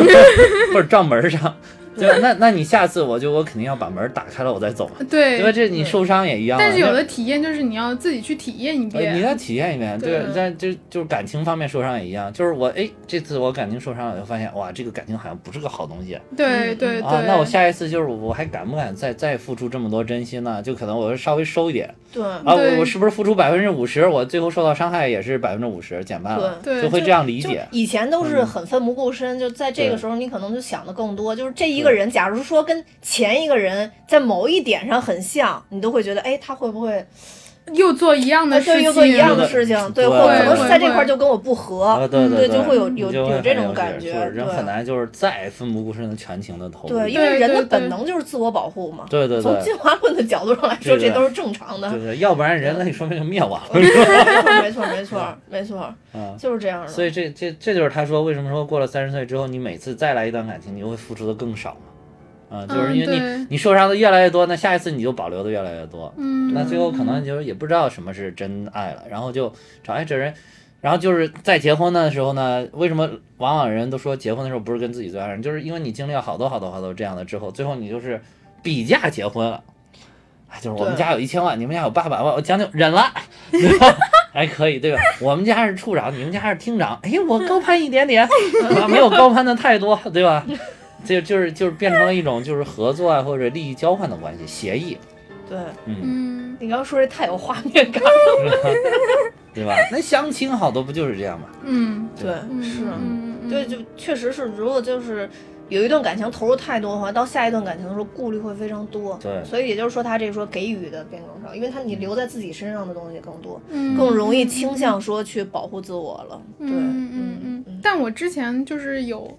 B: 或者撞门 上，对吧？那那你下次我就我肯定要把门打开了我再走嘛，对吧？
C: 对。
B: 这你受伤也一样啊。
C: 但是有
B: 那
C: 的体验就是你要自己去体
A: 哎
C: 验一
B: 呃，你
C: 遍。
B: 再体验一遍，
C: 对
B: 对，但就就是感情方面受伤也一样，就是我哎，这次我感情受伤了，我就发现哇，这个感情好像不是个好东西啊。
C: 对
A: 嗯
C: 对对。
B: 那我下一次就是我还敢不敢再再付出这么多真心呢？就可能我稍微收一点
A: 对
B: 啊，我
C: 对
B: 我是不是付出百分之五十，我最后受到伤害也是百分之五十减半了，
C: 对
B: 就会这样理
A: 就
B: 解。嗯
A: 以前都是很奋不顾身，就在这个
B: 对
A: 时候，你可能就想的更多，就是这一个人，假如说跟前一个人在某一点上很像，你都会觉得，哎，他会不会
C: 又做一样的
A: 哎
C: 事情，
A: 对，又做一样的事情，对，或者可能
C: 对
A: 在这块儿就跟我不
B: 啊，
A: 合，
B: 对
A: 对，
B: 对，
A: 就会有
B: 你
A: 有
B: 就会
A: 有这种
B: 很
A: 感
B: 了解
A: 觉，
B: 就是人很
A: 对。
B: 难就是再奋不顾身的全情的投入，
A: 对，因为
C: 对
A: 人的
C: 对
A: 本
C: 对
A: 能就是自我保护嘛。
B: 对对
A: 从
B: 对
A: 进化论的角度上来说，
B: 对对
A: 这都是正常的。
B: 对对，要不然人类说不定就灭亡了。
A: 没错，没错，没错，没错，
B: 嗯，
A: 就是这样的。
B: 所以这这这就是他说为什么说过了三十岁之后，你每次再来一段感情，你就会付出的更少嘛。啊、就是因为你、
C: 嗯对
B: 你受伤的越来越多，那下一次你就保留的越来越多，
C: 嗯，
B: 那最后可能就是也不知道什么是真爱了，然后就找哎这人，然后就是在结婚的时候呢，为什么往往人都说结婚的时候不是跟自己最爱的人，就是因为你经历了好多好多好多这样的之后，最后你就是比价结婚了，哎，就是我们
A: 对
B: 家有一千万，你们家有八百万，我将就忍了， 还可以对吧？我们家是处长，你们家是厅长，哎，我高攀一点点，啊没有高攀的太多，对吧？ 就就是就是变成了一种就是合作啊或者利益交换的关系协议，
A: 对
B: 嗯
C: 嗯
A: 你刚刚说这太有画面感了。
B: 对吧？那相亲好多不就是这样吗？
C: 嗯
A: 对，
C: 嗯
A: 是，啊
C: 嗯嗯
A: 对，就确实是，如果就是有一段感情投入太多的话，到下一段感情的时候顾虑会非常多。
B: 对
A: 所以也就是说，他这个说给予的变更少，因为他你留在自己身上的东西更多，
C: 嗯
A: 更容易倾向说去保护自我了。对，
C: 嗯嗯嗯嗯。但我之前就是有，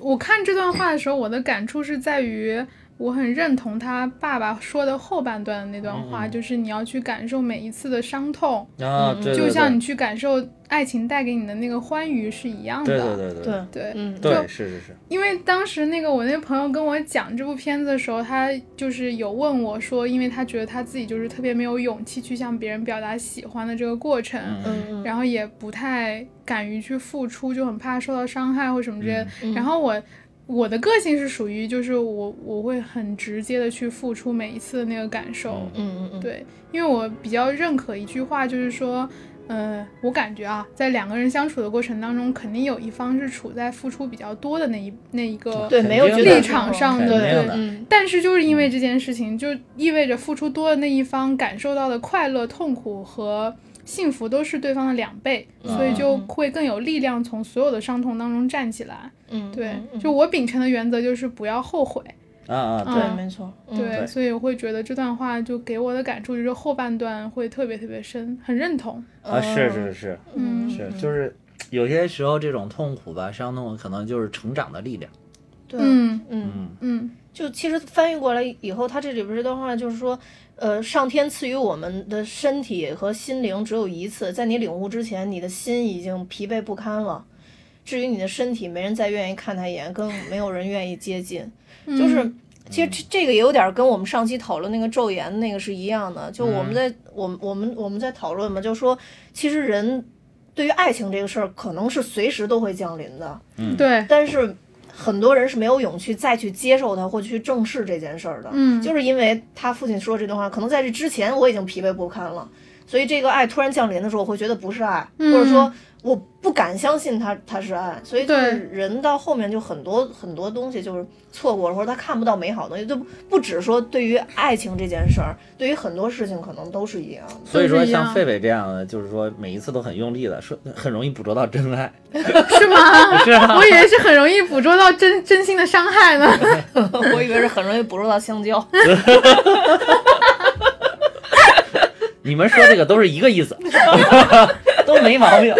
C: 我看这段话的时候，我的感触是在于。我很认同他爸爸说的后半段的那段话，
B: 嗯嗯
C: 就是你要去感受每一次的伤痛，
B: 啊，
A: 嗯
B: 对对对，
C: 就像你去感受爱情带给你的那个欢愉是一样的。
B: 对对对
A: 对，
C: 对
A: 嗯，
B: 对
C: 就是
B: 是是，
C: 因为当时那个我那朋友跟我讲这部片子的时候，他就是有问我说，因为他觉得他自己就是特别没有勇气去向别人表达喜欢的这个过程，
B: 嗯
A: 嗯嗯，
C: 然后也不太敢于去付出，就很怕受到伤害或什么之类的。
A: 嗯
C: 然后我我的个性是属于就是我我会很直接的去付出每一次的那个感受，
B: 嗯
A: 嗯嗯嗯，
C: 对，因为我比较认可一句话，就是说，呃，我感觉啊，在两个人相处的过程当中，肯定有一方是处在付出比较多的那一那一个
A: 对，没有
B: 肯
A: 绝
B: 定
A: 对
B: 的
C: 立场
A: 平衡
C: 上
B: 肯
C: 的，
B: 定
C: 对
B: 的
A: 嗯，
C: 但是就是因为这件事情，就意味着付出多的那一方感受到的快乐、痛苦和幸福都是对方的两倍，
B: 嗯
C: 所以就会更有力量从所有的伤痛当中站起来。
A: 嗯，
C: 对
A: 嗯，嗯
C: 就我秉承的原则就是不要后悔。
B: 啊啊，
A: 对，
C: 嗯
A: 没错，嗯
C: 对，
B: 对
C: 所以我会觉得这段话就给我的感触就是后半段会特别特别深，很认同。
B: 对啊，是是是
C: 嗯
B: 是，就是有些时候这种痛苦吧，伤痛可能就是成长的力量。
A: 对，
C: 嗯
A: 嗯。
B: 嗯，
C: 嗯
A: 就其实翻译过来以后，他这里边这段话就是说，呃，上天赐予我们的身体和心灵只有一次，在你领悟之前，你的心已经疲惫不堪了。至于你的身体，没人再愿意看他一眼，更没有人愿意接近。就是，其实这这个也有点跟我们上期讨论那个昼颜那个是一样的。就我们在我们我们我们在讨论嘛，就说其实人对于爱情这个事儿，可能是随时都会降临的。
C: 对，
A: 但是很多人是没有勇气再去接受它或去正视这件事儿的，
C: 嗯
A: 就是因为他父亲说这段话，可能在这之前我已经疲惫不堪了，所以这个爱突然降临的时候，我会觉得不是爱，
C: 嗯
A: 或者说我不敢相信他他是爱，所以就是
C: 对
A: 人到后面就很多很多东西就是错过了，或者他看不到美好的东西，就不不只说对于爱情这件事儿，对于很多事情可能都是一样的。
B: 所以说
C: 都是一样
B: 像狒狒这样的，就是说每一次都很用力的，说很容易捕捉到真爱。
C: 是吗？
B: 是啊
C: 我以为是很容易捕捉到真真心的伤 害呢。
A: 我以为是很容易捕捉到香蕉，
B: 你们说这个都是一个意 思， 都没毛病。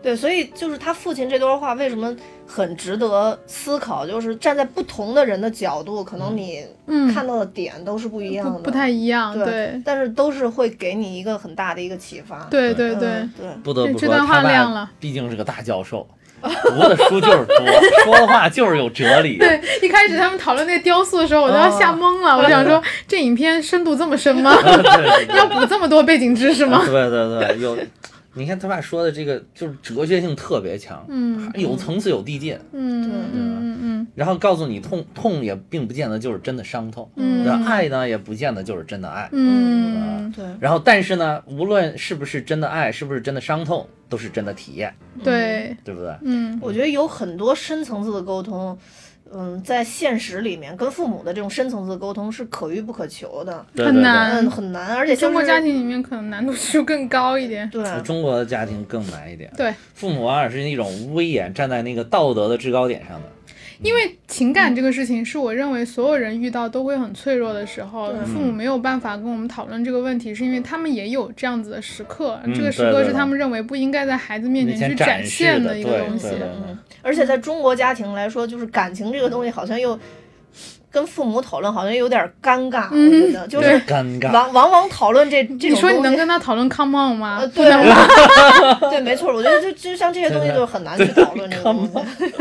A: 对，所以就是他父亲这段话为什么很值得思考，就是站在不同的人的角度，可能你
C: 嗯，
A: 看到的点都是不一样的，
C: 不不太一样。
A: 对，但是都是会给你一个很大的一个启发。
C: 对对
A: 嗯
C: 对，
B: 不得不
C: 这
B: 说，
C: 段话
B: 他
C: 亮
B: 爸
C: 了
B: 毕竟是个大教授，读的书就是多，说的话就是有哲理。
C: 对，一开始他们讨论那个雕塑的时候，我
B: 哦
C: 都要吓懵了。我想说，这影片深度这么深 吗？
B: 对对对
C: 要补这么多背景知 识吗？
B: 啊对对对，有，你看他爸说的这个就是哲学性特别强，
C: 嗯
B: 有层次有递进，
C: 嗯
A: 对
C: 嗯嗯
B: 然后告诉你痛痛也并不见得就是真的伤痛，
C: 嗯
B: 然后爱呢也不见得就是真的爱，
C: 嗯
A: 对
B: 然后但是呢，无论是不是真的爱，是不是真的伤痛，都是真的体验，
C: 嗯，对，
B: 对不对？
C: 嗯
A: 我觉得有很多深层次的沟通，嗯，在现实里面跟父母的这种深层次的沟通是可遇不可求的，
B: 对
C: 很
B: 对对
C: 难
A: 嗯，很难，而且像
C: 中国
A: 是
C: 家庭里面可能难度就更高一
B: 嗯
C: 点。
A: 对
B: 中国的家庭更难一点，
C: 对，
B: 父母往往是一种威严站在那个道德的制高点上的，
C: 因为情感这个事情是我认为所有人遇到都会很脆弱的时候，
A: 对
C: 父母没有办法跟我们讨论这个问题，是因为他们也有这样子的时刻，
B: 嗯
C: 这个时
B: 对
C: 刻
B: 对
C: 是
B: 对
C: 他们认为不应该在孩子面
B: 以
C: 前去
B: 前
C: 展
B: 展示
C: 现
B: 的
C: 一
B: 对
C: 个东西
B: 对。对
A: 嗯，而且在中国家庭来说，就是感情这个东西，好像又跟父母讨论，好像有点尴尬。
C: 嗯
A: 我觉得就是
B: 尴尬。
A: 往往往讨论这这
C: 你
A: 种
C: 说你
A: 东
C: 能
A: 西，
C: 跟他讨 论 come on 吗
A: 呃，？对， 对，没错，我觉得就就像这些东西，
B: 真的
A: 就很难去讨论这个东西。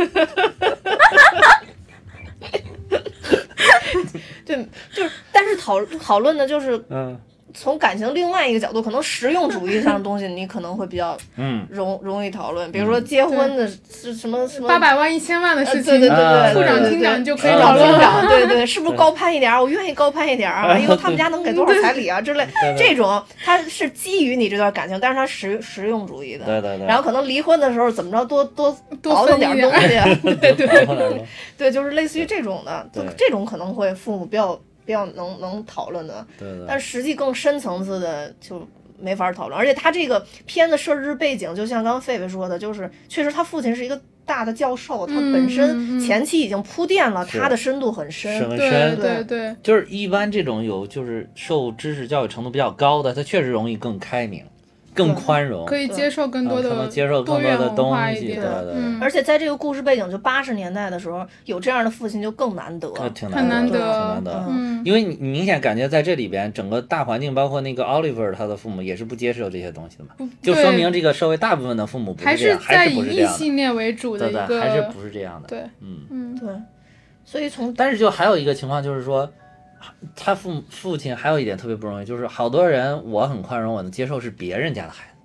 A: 对，就是，但是讨讨论的就是
B: 嗯
A: 从感情另外一个角度，可能实用主义上的东西，你可能会比较
B: 嗯，
A: 容容易讨论，比如说结婚的是什么什么
C: 八百万一千万的
A: 呃
C: 事
A: 对
C: 情
A: 对对，
B: 啊
A: 对，
C: 处
A: 对
C: 长
A: 对
C: 厅
A: 对
C: 长就可以
B: 啊
C: 讨
A: 找
C: 论
A: 厅
B: 对
C: 了。
A: 长，对对，是不是高攀一点儿？我愿意高攀一点儿啊，因为他们家能给多少彩礼啊之类。
B: 对
A: 这种他是基于你这段感情，但是他实实用主义的。
B: 对对对，
A: 然后可能离婚的时候怎么着多多
C: 多
A: 倒腾点
C: 分一
A: 东西啊，对对
B: 后来呢
A: 对，就是类似于这种的，就
B: 对
A: 这种可能会父母比较比较能能讨论的，
B: 对对
A: 但实际更深层次的就没法讨论。而且他这个片子设置背景，就像刚刚狒狒说的，就是确实他父亲是一个大的教授，他本
C: 嗯嗯
A: 身
C: 嗯
A: 前期已经铺垫了
B: 是
A: 他的深度很深，
B: 审问
C: 对
B: 深。
C: 对对，
B: 就是一般这种有就是受知识教育程度比较高的，他确实容易更开明、更
A: 对
B: 宽容，
C: 可以接受更多
B: 嗯可
C: 的
B: 能接受
C: 多
B: 更
C: 元
B: 的
C: 文
B: 东
C: 化一
B: 西，对
C: 点。
B: 对对，
C: 嗯，
A: 而且在这个故事背景，就八十年代的时候，有这样的父亲就更难得。
B: 那挺
C: 很
B: 难
C: 难
B: 得的，
C: 得
B: 挺难得的。
C: 嗯
B: 因为你你明显感觉在这里边，整个大环境，包括那个 Oliver 他的父母也是不接受这些东西的嘛，就说
C: 对
B: 明这个社会大部分的父母不
C: 还
B: 这样，
C: 在
B: 还是
C: 以
B: 不是这
C: 异
B: 样的，
C: 性恋为主
B: 对
C: 的
B: 对，
C: 一个，
B: 还是不是这样的。
C: 对，
B: 嗯，
C: 嗯，
A: 对，所以 从
B: 但是就还有一个情况就是说，他父母父亲还有一点特别不容易，就是好多人我很宽容，我能接受是别人家的孩子，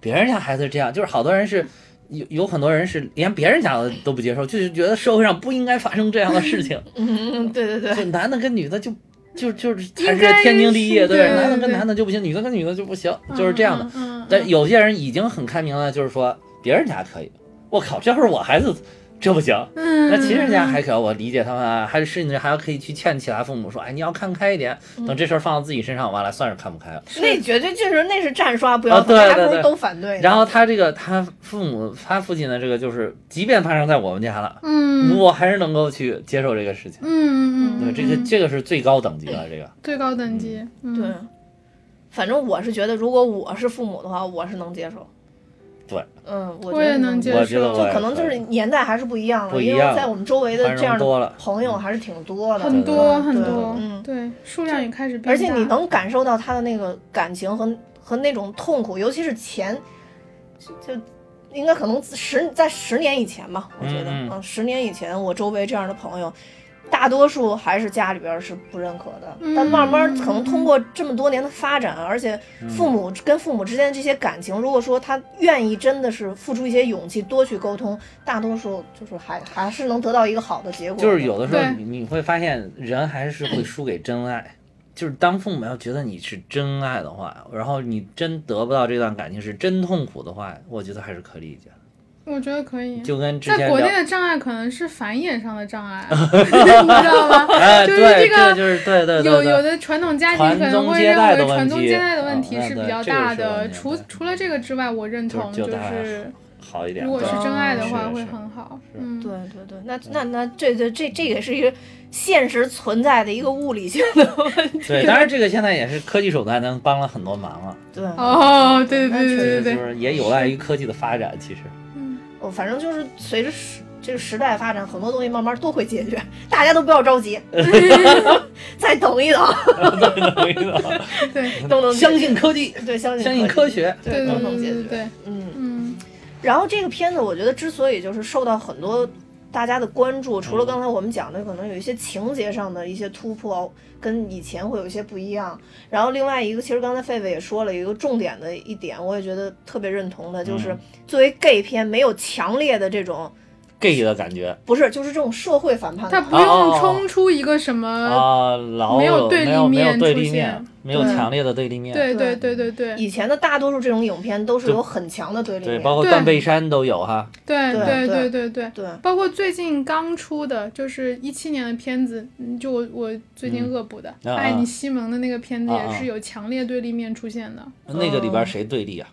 B: 别人家孩子是这样，就是好多人是。有有很多人是连别人家的都不接受，就是觉得社会上不应该发生这样的事情，
A: 嗯，对对
B: 就
A: 对，
B: 男的跟女的就就就是才是
C: 应该
B: 天经地义，
C: 是
B: 对，
C: 对
B: 男的
C: 对
B: 跟男的就不行，女的跟女的就不行，就是这样的。
C: 嗯。嗯，
B: 但有些人已经很开明了，就是说别人家可以，我靠，这会儿我孩子这不行，
C: 嗯，
B: 那其实人家还可以，我理解他们啊，还甚至还可以去劝其他父母说，哎，你要看开一点，
C: 嗯
B: 等嗯这事儿放到自己身上，完了算是看不开了。
A: 那绝对就是那是站刷，不要
B: 啊对
A: 反大家
B: 对
A: 不
B: 对
A: 是都反对的。
B: 然后他这个他父母他父亲的这个就是，即便发生在我们家了，
C: 嗯，嗯
B: 我还是能够去接受这个事情。
C: 嗯
B: 对，
C: 嗯，
B: 这个
C: 嗯
B: 这个是最高等级了，这个。
C: 最高等级，嗯
A: 对，反正我是觉得，如果我是父母的话，我是能接受。
B: 对，
A: 嗯，我觉
C: 我
A: 得
C: 也
A: 是
C: 能
A: 能
C: 接
A: 接
B: 我觉得
C: 受，
B: 我也
A: 可能就是年代还是不一样
B: 不
A: 了，
B: 一
A: 因为
B: 样
A: 在我们周围的这样
B: 宽容多了
A: 的朋友还是挺多的，
C: 很多很
A: 对
C: 多，
A: 嗯，
C: 对，数量也开始变大，
A: 而且你能感受到他的那个感情和和那种痛苦，尤其是前就。就应该可能十在十年以前吧，我觉得，
B: 嗯嗯
A: 十年以前我周围这样的朋友，大多数还是家里边是不认可的，
C: 嗯
A: 但慢慢可能通过这么多年的发展，而且父
B: 嗯
A: 母跟父母之间的这些感情，如果说他愿意真的是付出一些勇气，多去沟通，大多数就是还还是能得到一个好的结果的。
B: 就是有的时候
C: 对
B: 你你会发现，人还是会输给真爱。就是当父母要觉得你是真爱的话，然后你真得不到这段感情是真痛苦的话，我觉得还是可理解的。
C: 我觉得可以。
B: 就跟之
C: 在
B: 前
C: 国
B: 聊
C: 内，的障碍可能是繁衍上的障碍，你知道吗？
B: 哎，
C: 就是
B: 对，
C: 这个
B: 个就是对对
C: 有
B: 对
C: 有
B: 对，
C: 的传统家
B: 传
C: 庭可能
B: 宗
C: 会
B: 接
C: 认
B: 代的
C: 为
B: 问
C: 传宗
B: 题
C: 接代的问
B: 嗯
C: 题
B: 那
C: 是
B: 对
C: 比较
B: 这个
C: 大
B: 是
C: 的。
B: 完全
C: 除
B: 对
C: 除了这个之外，我认同
B: 就
C: 就
B: 大家
C: 是
B: 好一点。
C: 如果
B: 对
C: 是真爱的话
B: 是
C: 会
B: 是
C: 很好。嗯，
A: 对对对，那那那这这这这也是一个现实存在的一个物理性的 问题。
B: 对，当然这个现在也是科技手段能帮了很多忙了，
A: 对，
C: 哦，对对对
A: 那确
C: 对
A: 实
C: 对
B: 就
C: 对，
B: 是也有赖于科技的发展。 其实，
A: 我哦反正就是随着时这个时代发展，很多东西慢慢都会解决，大家都不要着 急，再等一等，
C: 对
A: 都能解决
B: 相信科技，
A: 对相信
B: 嗯相信科
A: 技，
B: 学。
A: 对
C: 对
A: 都能解
C: 对
A: 决。
C: 对，
A: 嗯，
C: 嗯
A: 然后这个片子我觉得之所以就是受到很多大家的关
B: 嗯
A: 注，除了刚才我们讲的可能有一些情节上的一些突破，跟以前会有一些不一样。然后另外一个，其实刚才狒狒也说了，有一个重点的一点，我也觉得特别认同的，
B: 嗯
A: 就是作为 gay 片没有强烈的这种，
B: gay 的感觉
A: 不是就是这种社会反叛
C: 他
A: 的。
C: 不用冲出一个什么，
B: 啊，老
C: 呃没有
B: 有
C: 对
B: 没
C: 立
B: 有没有
C: 面
B: 对
C: 出
B: 立面
C: 现，
B: 没有
A: 对
B: 强烈的对立面，
C: 对对对对对
A: 啊以前的大多数这种影片都是
B: 对
A: 有很强的对立
B: 对，
A: 面，
B: 包括
C: 对
B: 断背山都有哈，
C: 对对
A: 对
C: 对
A: 对
C: 对对。
A: 对，
C: 包括最近刚出的，就是一七年的片子，嗯就我我最近
B: 嗯
C: 恶补的
B: 啊
C: 《爱你西蒙》的那个片子，
B: 啊啊
C: 也是有强烈对立面出现的。
B: 那个里边谁对立啊？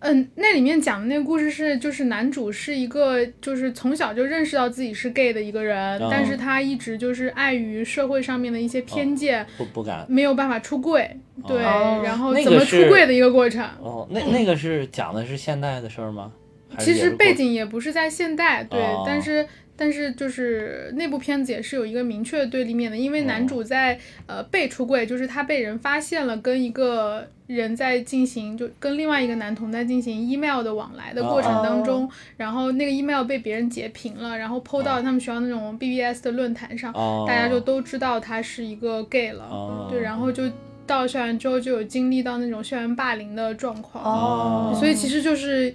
C: 嗯，那里面讲的那个故事是，就是男主是一个就是从小就认识到自己是 gay 的一个人，
B: 哦
C: 但是他一直就是碍于社会上面的一些偏见，
B: 不不敢。
C: 没有办法出柜。对，
A: 哦
C: 然后
B: 啊那
C: 怎
B: 个
C: 么
B: 是
C: 出柜的一个过程。
B: 哦，那那个是讲的是现代的事儿吗？还是
C: 嗯其
B: 也
C: 实
B: 是
C: 背
B: 过
C: 景也不是在现代，对，
B: 哦
C: 但是但是就是那部片子也是有一个明确的对立面的，因为
B: 哦
C: 男主在、呃被出柜，就是他被人发现了跟一个人在进行就跟另外一个男童在进行 email 的往来的过程当中，
B: 哦
C: 然后那个 email 被别人截屏了，然后 PO 到他们学校那种 BBS 的论坛上，
B: 哦，
C: 大家就都知道他是一个 gay 了，
B: 哦
C: 对，然后就到校园之后就有经历到那种校园霸凌的状况，
A: 哦，
C: 所以其实就是，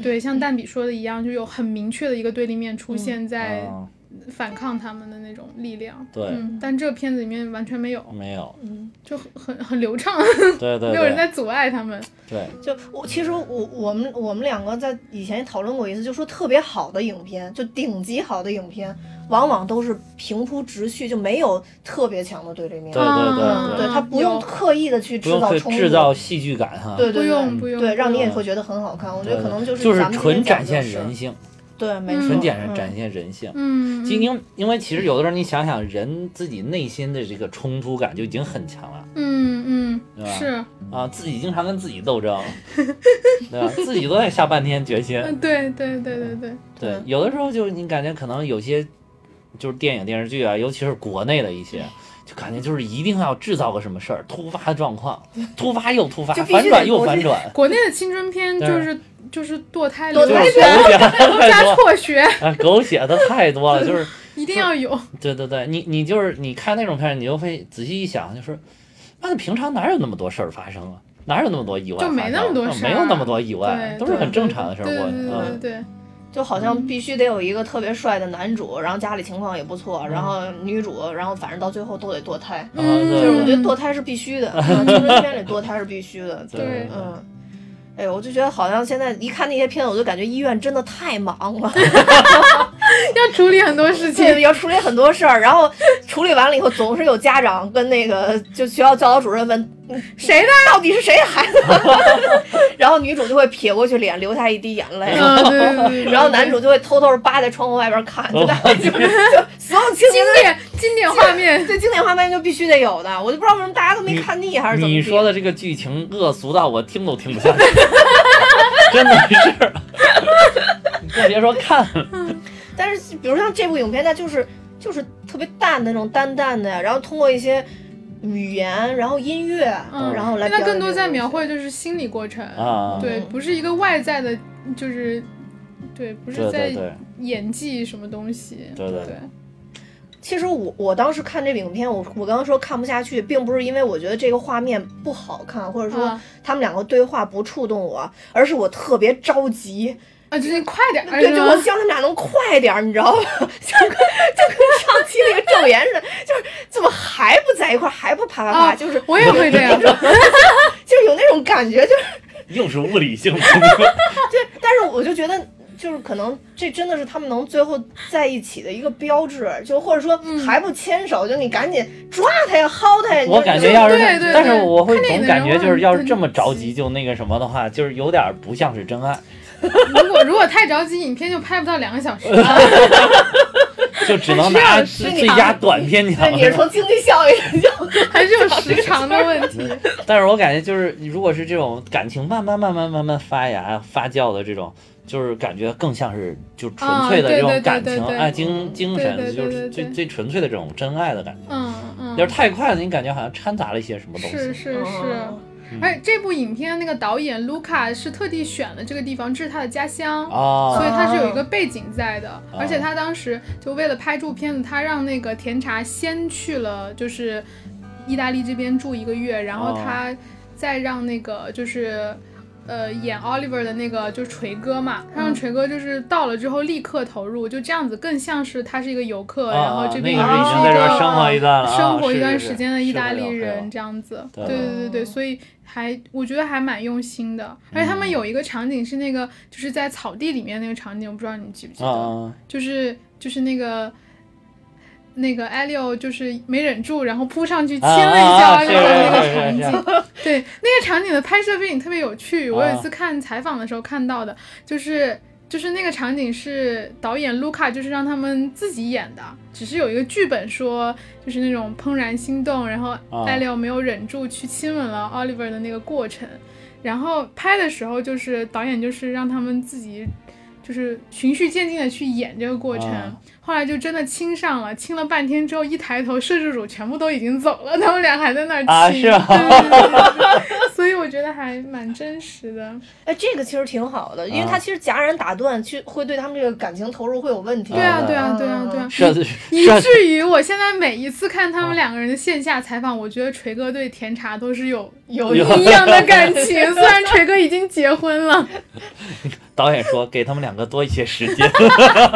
C: 对，像蛋比说的一样，就有很明确的一个对立面出现在
B: 哦
C: 反抗他们的那种力量。
B: 对，
C: 嗯，但这个片子里面完全没有，
B: 没有，
A: 嗯
C: 就很很很流畅，
B: 对对
C: 没有人在
B: 对
C: 阻碍他们。
B: 对，
A: 就我其实我我们我们两个在以前也讨论过一次，就说特别好的影片，就顶级好的影片，往往都是平铺直叙，就没有特别强的对立面。
B: 对对对
C: 嗯
A: 对，他不用
C: 有
A: 刻意的去
B: 不
A: 制
B: 用
A: 造
B: 去
A: 冲突，
B: 制造戏剧感哈，
A: 对对
C: 不用
A: 对。
C: 不用，
A: 对，让你也
B: 嗯
A: 会觉得很好看。我觉
B: 对，
A: 得可能
B: 就是
A: 就是咱们今
B: 纯
A: 天
B: 展
A: 讲的
B: 现
A: 是
B: 人，性，
A: 对，没
C: 嗯
A: 错，
B: 纯展
A: 嗯
B: 展现人性。
C: 嗯，
B: 就因因为其实有的时候你想想，人自己内心的这个冲突感就已经很强了
C: 嗯
B: 对
C: 嗯
B: 吧
C: 是，
B: 啊，自己经常跟自己 斗争，对吧？自己都在下半天决心。
C: 嗯对对对对对，
B: 对
A: 对，
B: 有的时候就是你感觉可能有些就是电影电视剧啊，尤其是国内的一些，就感觉就是一定要制造个什么事儿，突发状况，突发又突发，
A: 就必须
B: 反转
A: 得
B: 又
A: 国
B: 反
A: 际
B: 转，
C: 国内的青春片
B: 对
C: 就是就是堕胎流
A: 堕
B: 就
A: 胎
B: 是狗
C: 浪
A: 片
B: 血的太
C: 加
B: 多
C: 辍学，
B: 啊，狗血的太多了，就是
C: 一定要有。
B: 对对对，你你就是你看那种片儿，你就会仔细一想，就是，那平常哪有那么多事儿发生啊？哪有那么多意外发
C: 就
B: 生？
C: 没那么多事儿
B: 没有那么多意外，
C: 对
B: 都是
C: 对
B: 很正常的事儿
C: 对
B: 过
C: 对对
B: 去
C: 对
B: 啊
C: 对。对，
A: 就好
C: 嗯
A: 像必须得有一个特别帅的男主，然后家里情况也不错，然后女主，然后反正到最后都得堕胎。
B: 啊嗯对
A: 就是我觉得
C: 嗯
A: 堕胎是必须的，嗯青春片里堕胎是必须的。
B: 对
C: 对
A: 嗯，哎呦，我就觉得好像现在一看那些片子，我就感觉医院真的太忙了，
C: 嗯要处理很多事情。
A: 对，要处理很多事儿，然后处理完了以后，总是有家长跟那个 就学校教导主任问
C: 谁的？
A: 到底是谁的孩子， 然后女主就会撇过去脸，流下一滴眼泪。
C: 嗯，对对对对对。
A: 然后男主就会偷偷地扒在窗户外边看，就在 就 就所有情节
C: 经
A: 都
C: 典经典画面，
A: 对经典画面就必须得有的，我就不知道为什么大家都没
B: 你
A: 看腻还是怎么
B: 你
A: 地。
B: 说的这个剧情恶俗到我听都听不下去， 真的是。你更别说看了，
A: 但是比如像这部影片，它就是就是特别淡的那种淡淡的，然后通过一些语言，然后音乐，
C: 嗯
A: 然后来
C: 但它
A: 表
C: 更
A: 现
C: 多
A: 这
C: 在
A: 个
C: 描绘
A: 东西。
C: 就是心理过程
B: 啊
C: 对，
A: 嗯
C: 不是一个外在的，就是对，不
B: 对
C: 是
B: 对
C: 在
B: 对
C: 演技什么东西，
B: 对对
C: 对
B: 对
A: 其实我我当时看这部影片，我我刚刚说看不下去，并不是因为我觉得这个画面不好看，或者说
C: 啊
A: 他们两个对话不触动我，而是我特别着急，
C: 啊，就是你快点儿，
A: 对，
C: 是
A: 就
C: 吗
A: 我希望他们俩能快点儿，你知 道吧？就跟就跟上期那个郑源似的，就是怎么还不在一块儿，还不啪啪啪，
C: 啊
A: 就是
C: 我也会这样，
A: 就是有那种感觉，就是
B: 又是物理性的。
A: 但是我就觉得，就是可能这真的是他们能最后在一起的一个标志，就或者说
C: 嗯
A: 还不牵手，就你赶紧抓他呀，薅他呀。你
B: 我
A: 就
B: 感
A: 你就
B: 觉要是，
C: 对对
B: 但是
C: 对
B: 我会
C: 看电
B: 总
C: 影
B: 感
C: 的
B: 觉
C: 人
B: 就是
C: 会
B: 要是
C: 很
B: 这么着
C: 急
B: 急就那个什么的话，就是有点儿不像是真爱，
C: 如果如果太着急，影片就拍不到两个小 时了，
B: 就 只能
A: 这样
B: 拿
A: 是
B: 最
A: 你
B: 最
A: 啊
B: 佳短片
A: 对，
B: 奖。
A: 你是从经济效益 就
C: 还是有时长的问题，
B: 但是我感觉就是，如果是这种感情慢慢慢慢慢慢发芽发酵的这种，就是感觉更像是就纯粹的
C: 啊对
B: 这种
C: 对
B: 感
C: 对
B: 情
C: 对
B: 爱精精
C: 对
B: 神，
C: 对对
B: 就是
C: 对
B: 最
C: 对
B: 最纯粹的这种真爱的感觉。
C: 嗯
B: 要
C: 嗯
B: 是，太快了，你感觉好像掺杂了一些什么东
C: 是
B: 西。
C: 是是。
A: 嗯
C: 而且这部影片那个导演卢卡是特地选了这个地方，这是他的家乡所以
B: 啊，
C: 它是有一个背景在的，
B: 哦
C: 而且他当时就为了拍这部片子，他让那个甜茶先去了就是意大利这边住一个月，然后
B: 哦
C: 他再让那个就是。呃，演 Oliver 的那个就是锤哥嘛，
B: 嗯
C: 他让锤哥就是到了之后立刻投入，就这样子更像是他是一个游客，然后
B: 啊，
C: 这
B: 那
C: 边
B: 个
A: 也
B: 是已经
C: 是一
B: 在这
C: 个
B: 儿生活一段了啊，
C: 生活一
B: 是
C: 段
B: 是
C: 时
B: 是
C: 间的意大
B: 是
C: 利
B: 会有会
C: 人
B: 有
C: 这样子，
B: 对哦
C: 对对对对，所以还我觉得还蛮用心的。而且他
B: 嗯
C: 们有一个场景是那个就是在
B: 哦
C: 草地里面那个场景，我不知道你记不记
B: 啊
C: 得，
B: 啊
C: 就是就是那个那个艾利欧就是没忍住，然后扑上去亲
B: 啊
C: 了一
B: 啊
C: 下
B: 啊
C: 那个那个场
B: 是是是是
C: 景， 对那个场景的拍摄背景特别有趣。我有一
B: 啊
C: 次看采访的时候看到的，就是就是那个场景是导演卢卡就是让他们自己演的，只是有一个剧本说就是那种怦然心动，然后
B: 啊
C: 艾利欧没有忍住去亲吻了 Oliver 的那个过程。然后拍的时候，就是导演就是让他们自己，就是循序渐进的去演这个过程。
B: 啊
C: 后来就真的亲上了，亲了半天之后，一抬头，摄制组全部都已经走了，他们俩还在那儿亲。
B: 啊是吗
C: 对对对对对所以我觉得还蛮真 实的。
A: 哎，这个其实挺好的，因为
B: 啊
A: 它其实戛然打断，去会对他们这个感情投入会有问题。
C: 对啊，对啊，
A: 嗯
C: 对啊，对啊。
B: 摄制
C: 以
B: 摄制
C: 至于我现在每一次看他们两个人的线下采访，我觉得锤哥对甜茶都是 有有
B: 有
C: 一样的感情，虽然锤哥已经结婚了。
B: 导演说给他们两个多一些时 间。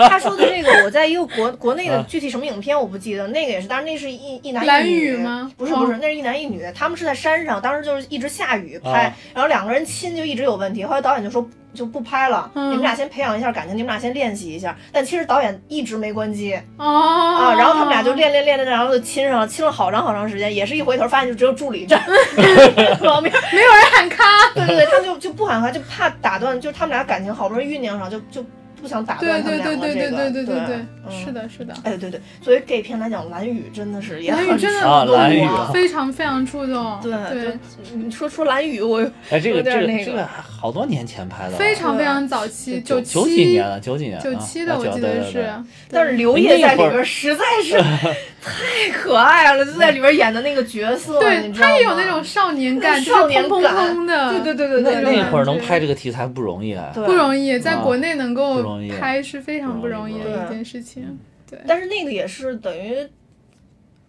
A: 他说的这个，我在一个 国国内的
B: 啊
A: 具体什么影片我不记得，那个也是，但是那是一一男
C: 蓝
A: 一
C: 雨吗
A: 不是不是
C: 哦，
A: 那是一男一女，他们是在山上，当时就是一直下雨拍
B: 啊，
A: 然后两个人亲就一直有问题，后来导演就说就不拍了，你
C: 嗯
A: 们俩先培养一下感情，你们俩先练习一下。但其实导演一直没关机
C: 哦
A: 啊，然后他们俩就练练练练，然后就亲上了，亲了好长好长时间，也是一回头发现就只有助理 站旁边，
C: 没有人喊咔。
A: 对对对，他们就就不喊话，就怕打断，就是他们俩感情好不容易酝酿上，就就不想打
C: 对
A: 断他
C: 对
A: 们两个
C: 对对
A: 这
C: 对
A: 个，
C: 对对对
A: 对，嗯
C: 是的，是的。
A: 哎，对对，作为 gay 片来讲，蓝雨真的是也
C: 蓝
A: 很
C: 宇真的
A: 触
B: 啊
A: 动
B: 蓝宇
A: 我
B: 啊
C: 非常非常触动，
A: 对
C: 对，
A: 就你说说蓝雨，我
B: 哎，这
A: 有
B: 个
A: 点
B: 这个
A: 那个
B: 这个好多年前拍的了，啊
C: 非常
A: 对
C: 非常早期，
B: 九
C: 七
B: 九几年了，九几年了，
C: 九七的
B: 啊
C: 我记
B: 对
C: 得
B: 对
C: 是
B: 对，
A: 但是刘烨在里边实在 是太可爱了，就在里边演的那个角色，
C: 对
A: 你知道
C: 他也有
A: 吗
C: 那种少年感，
A: 少
C: 就是
A: 年
C: 砰砰
A: 感
C: 砰的，
A: 对对对
B: 那
A: 对对，
B: 那会儿能
C: 对
B: 拍这个题材不容易啊。
A: 对
C: 不容易，在
B: 啊
C: 国内能
B: 不
C: 够
B: 容易
C: 拍是非常
B: 不
C: 不容
B: 容易
C: 易
B: 不
A: 容
C: 的
A: 易
C: 一件事情，对，
A: 但是那个也是等于。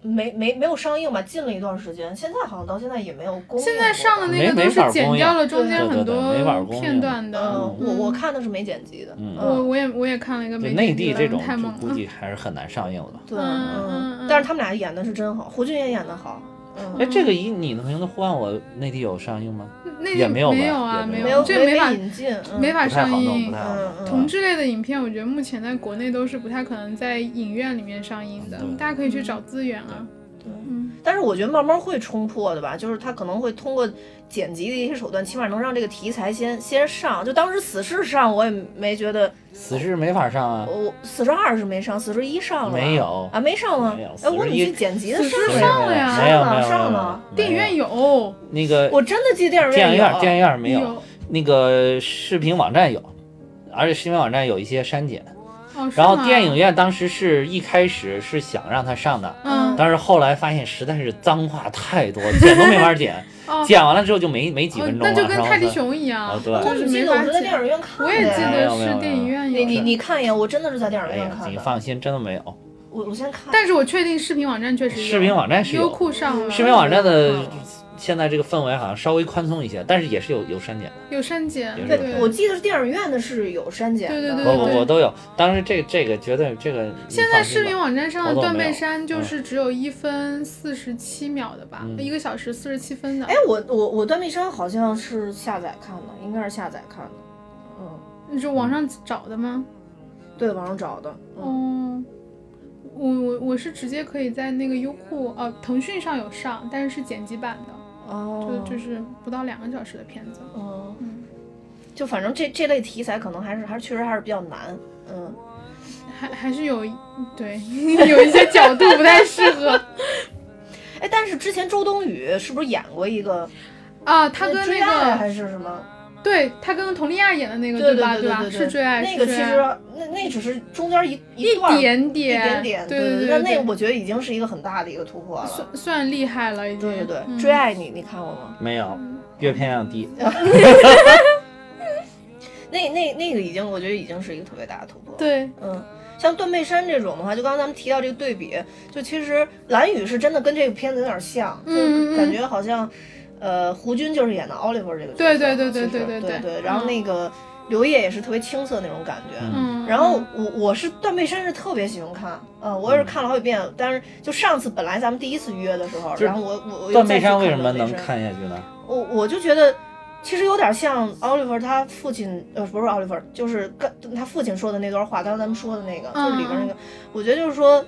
A: 没没没有上映吧，禁了一段时间，现在好像到现在也没有公映过。
C: 现在上的那
B: 没
C: 个
B: 没
C: 都
B: 法
C: 是剪
B: 供
C: 掉
B: 应
C: 了中
A: 对
C: 间
B: 对
C: 很
B: 对对没法
C: 多
B: 供
C: 片
B: 应
C: 段
A: 嗯，
C: 的，
A: 我我看的是没剪辑的，
B: 嗯
C: 我我也我也看了一个
B: 对
C: 没
B: 内
C: 剪辑
B: 地
C: 的
B: 这种
C: 太
B: 就
C: 猛
B: 估
C: 了，
B: 计还是很难上映的。
A: 对，
C: 嗯嗯
A: 但是他们俩演的是真好，胡军也演的好，嗯，
B: 哎，这个以你的名字呼唤我，内地有上映吗？
C: 内
B: 也
C: 地
B: 没有吧
C: 啊，
B: 也没
A: 没
C: 有，
A: 有
C: 这没
A: 没
C: 法
A: 被引进，嗯
C: 没法
B: 不太
C: 上
B: 好弄，
C: 映
B: 不太，好弄。啊
C: 同志类的影片，我觉得目前在国内都是不太可能在影院里面上映的
B: 对，
C: 大家可以去找资源啊。嗯，
A: 但是我觉得慢慢会冲破的吧，就是他可能会通过剪辑的一些手段，起码能让这个题材先先上。就当时《死侍》上，我也没觉得，
B: 死侍没法上啊
A: 我，《死侍二》是没上，《死侍一》上了
B: 没有
A: 啊？没上吗
B: 没有？
A: 哎，
B: 死
A: 我
B: 侍
A: 怎么
B: 一
A: 去剪辑的啊
C: 死
A: 上
C: 侍
A: 了
C: 上
A: 呀？
C: 了呀
B: 没
A: 上了
B: 有没有没有没有
A: 上
B: 没有
A: 了，
B: 没
C: 电影院有
B: 那个
A: 我真的记得电影
B: 电影
A: 院
B: 院电
A: 有。啊
B: 影院没有，
C: 有，
B: 那个视频网站有，而且视频网站有一些删减。
C: 哦，是
B: 然后
C: 吗
B: 电影院当时是一开始是想让他上的，
C: 嗯
B: 但是后来发现实在是脏话太多，剪都没 法剪，
C: 哦
B: 剪完了之后就没没几
C: 哦
B: 分，钟
C: 那
B: 了。
C: 就跟
B: 然后
C: 泰迪
B: 就
C: 熊一样
B: 哦，对
A: 我
C: 就
A: 只
C: 是
A: 记
C: 没
A: 得我
C: 法
A: 是在电影
C: 剪。
A: 院看
C: 我
A: 的
C: 也
A: 呀，
C: 记
B: 没
C: 得
B: 有没有
C: 是电影院
A: 你你
C: 有，
A: 你看一眼，我真的是在电影
B: 哎
A: 院
B: 呀，
A: 看
B: 你
A: 的。
B: 放心，真的没有。
A: 我我先看，
C: 但是我确定视频网站确实有，
B: 视频网站是
C: 优
B: 有，
C: 酷上了，
B: 视频网站的现在这个氛围好像稍微宽松一些，但是也是有有删减的。
C: 有删减，
B: 也是
A: 对，我记得是电影院的是有删减的。
C: 对对
B: 我
C: 对
B: 我我都有，当时这这个绝对这个你
C: 现在
B: 放心
C: 视
B: 吧
C: 频网站上的
B: 我懂
C: 断
B: 没
C: 背
B: 有
C: 山就是只有一分四十七秒的吧，
B: 嗯
C: 一个小时四十七分的。
A: 哎，我我我断背山好像是下载看的，应该是下载看的，嗯，
C: 你是网上找的吗？
A: 对，网上找的，嗯，
C: 哦，我嗯我我是直接可以在那个优酷呃腾讯上有上，但是是剪辑版的，
A: 哦
C: 就就是不到两个小时的片子。
A: 哦，
C: 嗯，
A: 就反正这这类题材可能还是还是确实还是比较难，嗯，
C: 还还是有对 有一些角度不太适合
A: 哎，但是之前周冬雨是不是演过一个？
C: 啊。他跟
A: 追
C: 那
A: 爱
C: 个
A: 还是什么？
C: 对他跟佟丽娅演的那个
A: 对
C: 吧
A: 对
C: 吧
A: 对对，
C: 是最爱
A: 那
C: 是
A: 个
C: 最
A: 其实
C: 爱
A: 那那只哎是中间一
C: 一
A: 段儿。
C: 点
A: 一
C: 点
A: 点点，
C: 对
A: 对
C: 对
A: 那
C: 对，
A: 那我觉得已经是一个很大的一个突破了。
C: 算算厉害了已经。
A: 对对对，
C: 嗯
A: 追爱你你看过吗？
B: 没有，阅片量低。
C: 哦
A: 那那那个已经我觉得已经是一个特别大的突破了。
C: 对，
A: 嗯，像断背山这种的话，就刚刚咱们提到这个对比，就其实蓝宇是真的跟这个片子有点像，
C: 嗯嗯
A: 就
C: 嗯
A: 感觉好像，呃，胡军就是演的 Oliver 这个角色，啊
C: 对对对对
A: 其实
C: 对对
A: 对
C: 对
A: 对，然后那个刘烨也是特别青涩那种感觉。
B: 嗯
C: 嗯，
A: 然后我我是断背山是特别喜欢看，呃，我也
B: 嗯
A: 是看了好几遍，但是就上次本来咱们第一次约的时候，
B: 就是
A: 然后我我我又
B: 断
A: 再
B: 背
A: 去看
B: 山为什么
A: 断背
B: 能
A: 山
B: 看下去呢？
A: 我我就觉得，其实有点像 Oliver 他父亲，呃，不是 Oliver，就是跟他父亲说的那段话，刚才咱们说的那个，就是里边那个，我觉得就是说，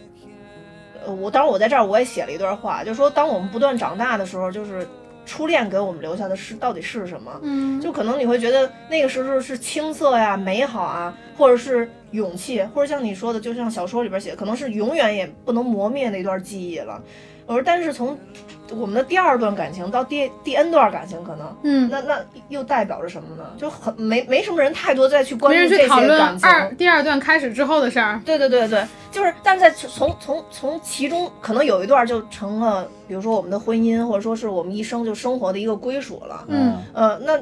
A: 呃我当然我在这儿我也写了一段话，就说当我们不断长大的时候，就是初恋给我们留下的是到底是什么？
C: 嗯，
A: 就可能你会觉得那个时候是青涩呀、美好啊，或者是勇气，或者像你说的，就像小说里边写，可能是永远也不能磨灭的一段记忆了。而但是从我们的第二段感情到第第 N 段感情，可能
C: 嗯，
A: 那那又代表着什么呢？就很没没什么人太多再去关
C: 没
A: 注
C: 人
A: 这些
C: 去讨论
A: 感情。
C: 二第二段开始之后的事儿。
A: 对对对对，就是，但是在从从从其中，可能有一段就成了，比如说我们的婚姻，或者说是我们一生就生活的一个归属了。
C: 嗯
A: 呃，那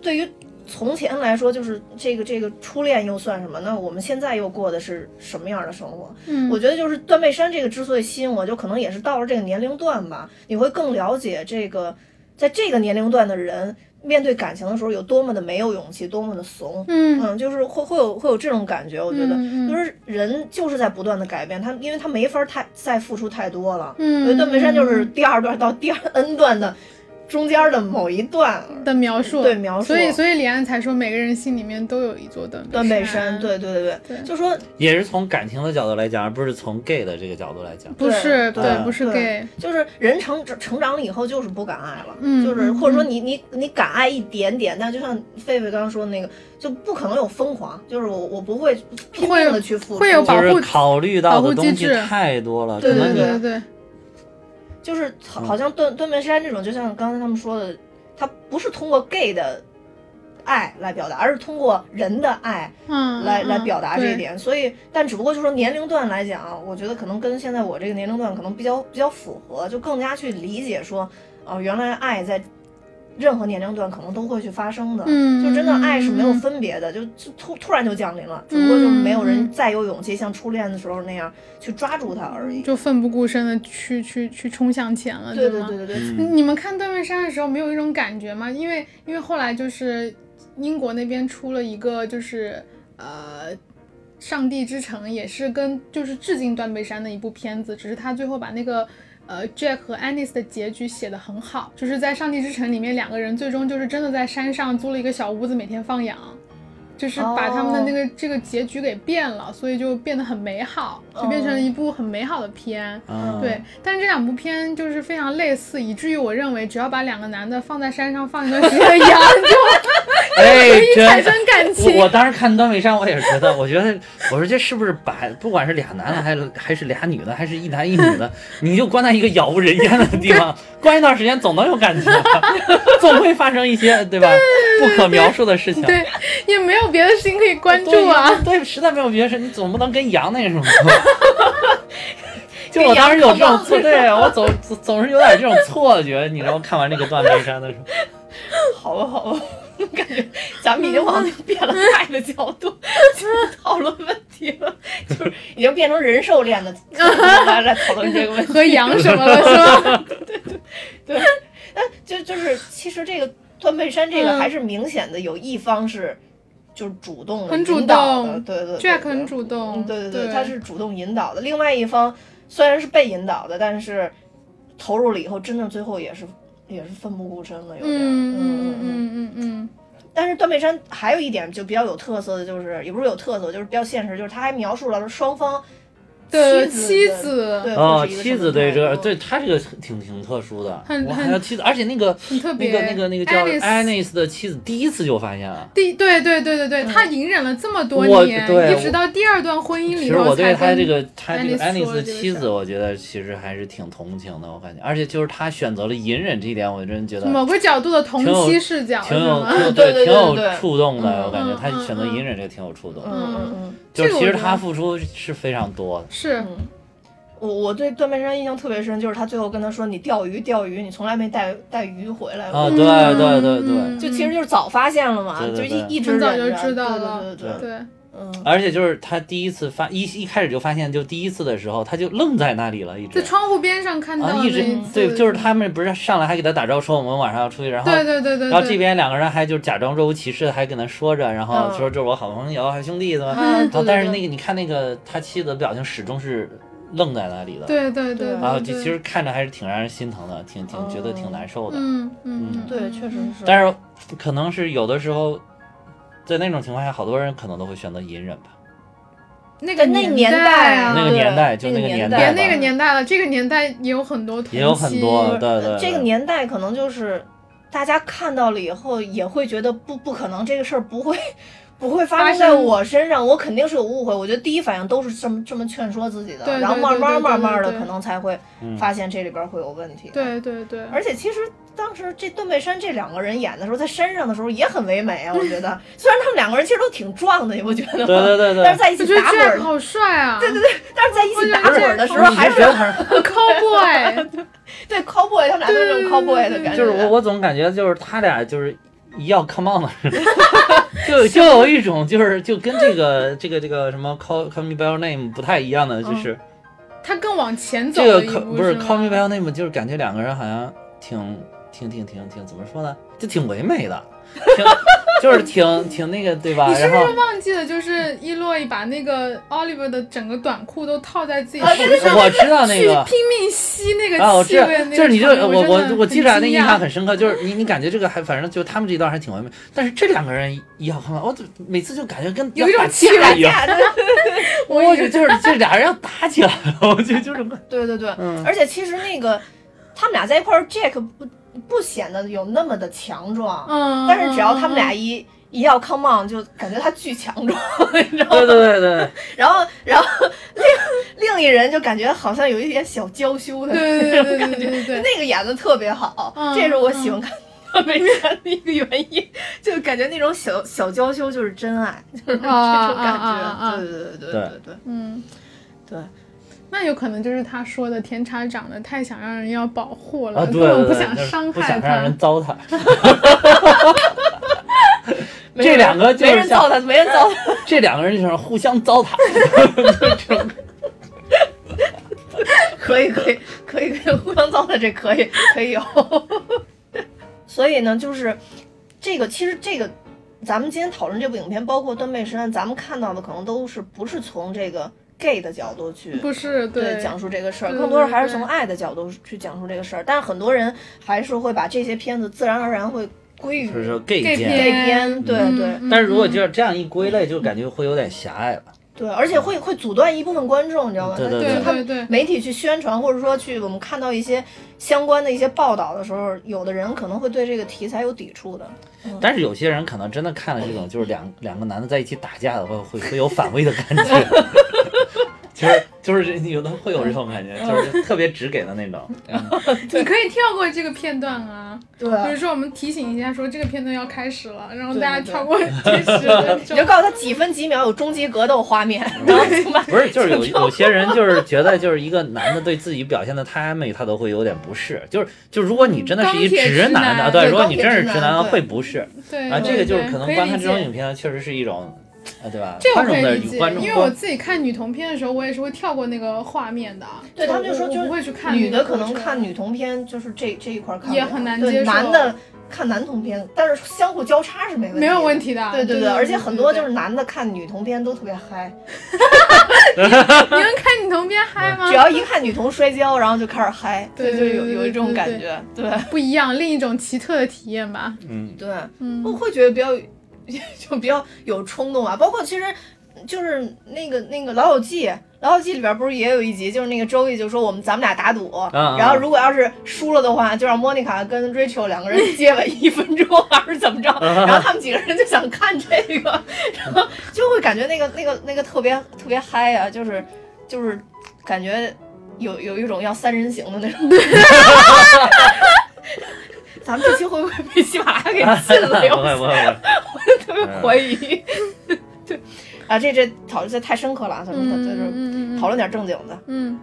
A: 对于从前来说，就是这个这个初恋又算什么？那我们现在又过的是什么样的生活？
C: 嗯，
A: 我觉得就是断背山这个之所以吸引我，就可能也是到了这个年龄段吧，你会更了解这个，在这个年龄段的人面对感情的时候有多么的没有勇气，多么的怂。
C: 嗯，
A: 嗯，就是会会有会有这种感觉，我觉得。
C: 嗯嗯
A: 就是人就是在不断的改变，他因为他没法太再付出太多了。
C: 嗯，
A: 所以段北山就是第二段到第二 n 段的中间的某一段，
C: 嗯的描述，
A: 对描述
C: 所以所以李安才说每个人心里面都有一座断
A: 段北山，
C: 山，，
A: 对对对
C: 啊对
A: 就说
B: 也是从感情的角度来讲，而不是从 gay 的这个角度来讲。
C: 不是
A: 对
B: 对
C: 不是
A: 对
C: gay，
A: 就是人成成长了以后就是不敢爱了，
C: 嗯
A: 就是
C: 嗯
A: 或者说你你你敢爱一点点，但就像狒狒刚刚说的那个，就不可能有疯狂，就是我我不会拼命的去付出，
C: 会有保
B: 就
C: 护
B: 是考虑到
C: 保护
B: 的东
C: 机
B: 西
C: 制
B: 太多了，
C: 对
B: 可
C: 对
B: 能你
C: 对对，
A: 就是好好像断断背山这种，就像刚才他们说的，他不是通过 gay 的爱来表达，而是通过人的爱
C: 嗯，
A: 来、
C: 嗯
A: 来表达这一。
C: 嗯
A: 点。所以，但只不过就说年龄段来讲，我觉得可能跟现在我这个年龄段可能比较比较符合，就更加去理解说，哦、原来爱在任何年龄段可能都会去发生的。
C: 嗯
A: 就真的爱是没有
C: 嗯
A: 分别的，就就突突然就降临了，只不过就是没有
C: 嗯嗯
A: 人再有勇气像初恋的时候那样去抓住它而已
C: 嗯对。就奋不顾身的去去去冲向前了，
A: 对对
C: 对吗
A: 对对对，
C: 你
B: 嗯
C: 你们看《断背山》的时候，没有一种感觉吗？因为因为后来就是英国那边出了一个，就是呃，《上帝之城》也是跟就是致敬《断背山》的一部片子，只是他最后把那个。呃，Jack 和 Anis 的结局写得很好，就是在《上帝之城》里面，两个人最终就是真的在山上租了一个小屋子，每天放羊，就是把他们的那个、这个结局给变了，所以就变得很美好，就变成了一部很美好的片。
B: 啊
C: 对，但是这两部片就是非常类似，以至于我认为只要把两个男的放在山上放一段时间羊，就
B: 哎，
C: 会产
B: 真
C: 生
B: 的。
C: 感情。
B: 我我当时看段北山，我也是觉得，我觉得，我说这是不是把不管是俩男的，还还是俩女的，还是一男一女的，你就关在一个杳无人烟的地方，关一段时间总能有感情吧， 总会发生一些对吧不可描述的事情。
C: 对，也没有别的事情可以关注啊。
B: 对，对，实在没有别的事，你总不能跟羊那个什么。 就我当时有这种错，对我总总总是有点这种错觉，你知道吗，看完这个《断背山》的时候，
A: 好吧，好 吧，感觉咱们已经往那个变了态的角度 去讨论问题了， 就是已经变成人兽恋的 来来讨论这个问题。
C: 和羊什么了是吧？
A: 对，但就就是其实这个断背山这个
C: 嗯
A: 还是明显的有一方是就是主动的
C: 很主
A: 引导的
C: 动
A: 对对对
C: ，Jack 很主动，
A: 嗯对对
C: 对
A: 他是主动引导的。另外一方虽然是被引导的，但是投入了以后，真的最后也是也是奋不顾身了，有点
C: 嗯
A: 嗯
C: 嗯嗯嗯嗯
A: 但是断背山还有一点就比较有特色的，就是也不是有特色，就是比较现实，就是他还描述了双方
C: 的
A: 妻
C: 妻
A: 子
C: 子
A: 对会
B: 哦，
A: 是一个
B: 妻
A: 什么
B: 子对
A: 态
B: 这个，
A: 度
B: 对他这个挺挺特殊的
C: 很，
B: 我
C: 很
B: 还有妻子，而且那个
C: 很特
B: 那
C: 别。
B: 个那个那个叫
C: Alice
B: Anis 的妻子，第一次就发现了。
C: 第对对对对对，他隐忍了这么多
B: 嗯我
C: 年，
B: 对
C: 一直
B: 我
C: 到第二段婚姻
B: 其
C: 里
B: 实
C: 头
B: 我
C: 才
B: 对
C: 跟
B: 他这个他这个
C: Alice
B: 安妮
C: 说
B: 斯
C: 了
B: 的
C: 这个
B: 妻
C: 事
B: 子，
C: 儿
B: 我觉得其实还是挺同情的，我感觉，而且就是他选择了隐忍这一点，我真觉得
C: 某个角度的同
B: 挺有
C: 期视角是
B: 挺有
C: 吗？
B: 挺 有
A: 对对对
B: 挺有
A: 对对
B: 触动的，我感觉
C: 嗯
B: 他
C: 嗯
B: 选择
C: 嗯
B: 隐忍这个挺有触动的。
A: 嗯嗯嗯
B: 就是
C: 这个
B: 其
C: 我
B: 实
C: 觉得
B: 他付出是非常多的，
C: 是，
A: 嗯。我我对段背山印象特别深，就是他最后跟他说：“你钓鱼钓鱼，你从来没带带鱼回来过。
B: 啊，
C: 嗯
B: 对对对对，
A: 嗯就其实就是早发现了嘛，
B: 对对对
A: 就一一直
C: 很早
A: 忍
C: 就
A: 着
C: 知道
A: 对对
C: 了
A: 对对，
C: 对，
A: 嗯，
B: 而且就是他第一次发一一开始就发现，就第一次的时候他就愣在那里了，一直
C: 在窗户边上看到
B: 啊
C: 那
B: 一直
C: 一次，
B: 对，就是他们不是上来还给他打招呼说我们晚上要出去，然后
C: 对对对对，
B: 然后这
C: 对
B: 边两个人还就是假装若无其事的还跟他说着，然后说这是我好朋友、好兄弟怎么，
A: 嗯
B: 然
A: 啊，对对
B: 后但是
A: 对
B: 那个你看那个他妻子的表情始终是愣在那里的，
C: 对
A: 对
C: 对
A: 哦
C: 对，
B: 然后啊
C: 对
B: 就其实看着还是挺让人心疼的，挺挺觉得挺难受的。
C: 嗯嗯嗯，
A: 对，确实
C: 嗯
A: 是。
B: 但是可能是有的时候，在那种情况下，好多人可能都会选择隐忍吧。
C: 那个
A: 那
C: 年代
A: 啊，
B: 那
C: 啊
B: 个，年
A: 对
B: 代就
A: 那
B: 那个年
A: 年
B: 代
C: 别
B: 吧
C: 那个年代了，这个年代也有很多同
B: 也有很多，
C: 期
B: 对对对，
A: 嗯这个年代可能就是大家看到了以后，也会觉得不不可能，这个事儿不会不会发
C: 发
A: 生在
C: 生
A: 我身上，我肯定是有误会。我觉得第一反应都是这么这么劝说自己的，
C: 对对
A: 然后
C: 对
A: 慢
C: 对
A: 慢
C: 对
A: 慢慢的，
C: 对对
A: 可能才会
B: 嗯
A: 发现这里边会有问题。，
C: 对对对，
A: 而且其实当时这段背山这两个人演的时候，在山上的时候也很唯美啊，我觉 得。虽然他们两个人其实都挺壮的，你不觉得吗？
B: 对对对对
A: 但是在一
C: 我
A: 起
C: 觉得
A: 打滚
C: Jack
A: 儿，
C: 好帅啊，对对
A: 但是在一
C: 我
A: 起
C: 觉得
A: 打滚儿的
C: Jack
A: 时候
B: 你
A: 还
B: 别
A: 是
B: 别玩儿
C: ，Cowboy，
A: 对 cowboy，他们俩都是这种 cowboy
C: 哎
A: 的感觉。
B: 就是我我总感觉就是他俩就是一要 come on 的似 的，就就有一种就是就跟这个 这个这个什么 call call me by your name 不太一样的，就是、
C: 嗯他更往前走
B: 这个
C: 了一
B: call
C: 步，
B: 不是 call me by your
C: 吗
B: name 就是感觉两个人好像挺挺挺挺挺怎么说呢，就挺唯美的，挺 就是挺挺那个对吧？
C: 你是
B: 然
C: 不是
B: 后。
C: 忘记了？就是伊洛伊把那个 Oliver 的整个短裤都套在自己
A: 啊
C: 头
A: 对
C: 上，
B: 我知道那
C: 去
B: 个，
C: 拼命吸那
B: 啊，
C: 个
B: 我
C: 气
B: 知道
C: 味，那，个
B: 就是你就
C: 场面
B: 我
C: 我真
B: 我
C: 的
B: 我记
C: 很
B: 着啊那
C: 惊
B: 印象
C: 讶
B: 很深刻，就是你你感觉这个还反正就他们这一段还挺完美，但是这两个人一要看完，我就每次就感觉跟
C: 有一种
B: 要打
C: 气
B: 架
C: 味
B: 一样，
C: 我
B: 我
C: 以
B: 去
C: 为
B: 就是这俩人要打起来了，我就就是
A: 对对对，
B: 嗯
A: 而且其实那个他们俩在一块儿，Jack 不不显得有那么的强壮，
C: 嗯，
A: 但是只要他们俩
C: 嗯
A: 一一要 come on，就感觉他巨强壮，你知道吗？
B: 对对对对，
A: 然后然后另另一人就感觉好像有一点小娇羞的，
C: 对嗯对对 对对对对对，
A: 那个演的特别好，
C: 嗯
A: 这是我喜欢看。没看的一个原因，就感觉那种小小娇羞就是真爱， 就是这种感觉。
C: 啊啊啊啊
A: 对对对对对对
C: 嗯，
A: 对。
C: 那有可能就是他说的甜茶长得太想让人要保护了，
B: 啊
C: 根
B: 对
C: 本
B: 对
C: 不
B: 对，
C: 想
B: 就是
C: 伤
B: 不
C: 害
B: 想让
C: 他
B: 人。糟蹋，
A: 没人
B: 这两个就是
A: 没人
B: 像
A: 造他，没人造他。
B: 这两个人就是互相糟蹋，
A: 可以可以可以可以，互相糟蹋这可以可以有。所以呢，就是这个，其实这个，咱们今天讨论这部影片，包括《断背山》，咱们看到的可能都是不是从这个 gay 的角度去
C: 不是
A: 对讲述这个事儿，
C: 对
A: 更多
C: 对
A: 还是
C: 对
A: 从爱的角度去讲述这个事儿。但是很多人还是会把这些片子自然而然会归于
B: 就是
A: 这
B: 说 gay
C: gay
B: 片。
C: 片
A: 边，对
C: 嗯
A: 对
C: 嗯
B: 但是如果
C: 嗯
B: 就是这样一归类，就感觉会有点狭隘了。
A: 对，而且会会阻断一部分观众，你知道吗？
B: 对对
A: 他
C: 嗯对
A: 他
C: 对 对
A: 媒体去宣传，或者说去我们看到一些相关的一些报道的时候，有的人可能会对这个题材有抵触的。
B: 但是有些人可能真的看了这种，就是两两个男的在一起打架的话，会会有反胃的感 觉。就是就是有的会有这种感觉，
C: 嗯
B: 就是特别直给的那 种。嗯
C: 你可以跳过这个片段啊，
A: 对
C: 比如说我们提醒一下说这个片段要开始了，然后
A: 对
C: 大家
A: 对对
C: 跳过这十分
A: 你
C: 钟
A: 就。告诉他几分几秒有终极格斗画面，然 后就把
B: 不是，就是有有些人就是觉得就是一个男的对自己表现的太暧昧，他都会有点不适。就是就如果你真的是一
C: 钢铁直
B: 直男的，
C: 男
B: 对，
A: 对
B: 如果你
A: 钢铁
B: 真是
A: 直
B: 直
A: 男
B: 男
A: 对
B: 的会不适
C: 对
B: 啊。
C: 对
B: 这个就是
C: 对
B: 可能
C: 可以
B: 观看
C: 理
B: 这种
C: 解
B: 影片，确实是一种啊，对吧？
C: 这我
B: 宽
C: 可
B: 容
C: 以
B: 的
C: 理
B: 与
C: 解
B: 观，众
C: 因为
B: 沟
C: 我自己看女同片的时候，我也是会跳过那个画面的。
A: 对他们就
C: 我
A: 说
C: 我
A: 就是
C: 不会去看
A: 女
C: 那
A: 的
C: 个
A: 可能
C: 过程
A: 看女同片，就是这这一块看不
C: 也
A: 了
C: 很难
A: 对
C: 接受
A: 男的看男同片，但是相互交叉是没问题，
C: 没有问。题的。
A: 对
C: 对
A: 对，而且很多就
C: 对
A: 是男的看女同片都特别嗨，
C: 对你们看女同片嗨吗
A: 嗯只？要一看女同摔跤，然后就开始嗨，
C: 啊对
A: 就
C: 对
A: 有
C: 对
A: 有
C: 对
A: 一种
C: 对
A: 感
C: 对
A: 觉，对
C: 不一样，另一种奇特的体验吧。
B: 嗯，
A: 对。
C: 嗯
A: 我，会觉得比较 就比较有冲动啊。包括其实就是那个那个《老友记》，《老友记》里边不是也有一集，就是那个周易就说我们咱们俩打赌，
B: 啊
A: 然后如果要是输了的话，就让莫妮卡跟 Rachel 两个人接吻一分钟， 还是怎么着？然后他们几个人就想看这个，然后就会感觉那个那个那个特别特别嗨啊，就是就是感觉有有一种要三人行的那种。 咱们这期会不会被喜马拉雅给禁 了？
B: 不会不会不会。
A: 特别怀疑。对，啊，这这讨论这太深刻了啊，咱们
C: 嗯
A: 就是
C: 嗯嗯
A: 讨论点正经的，
C: 嗯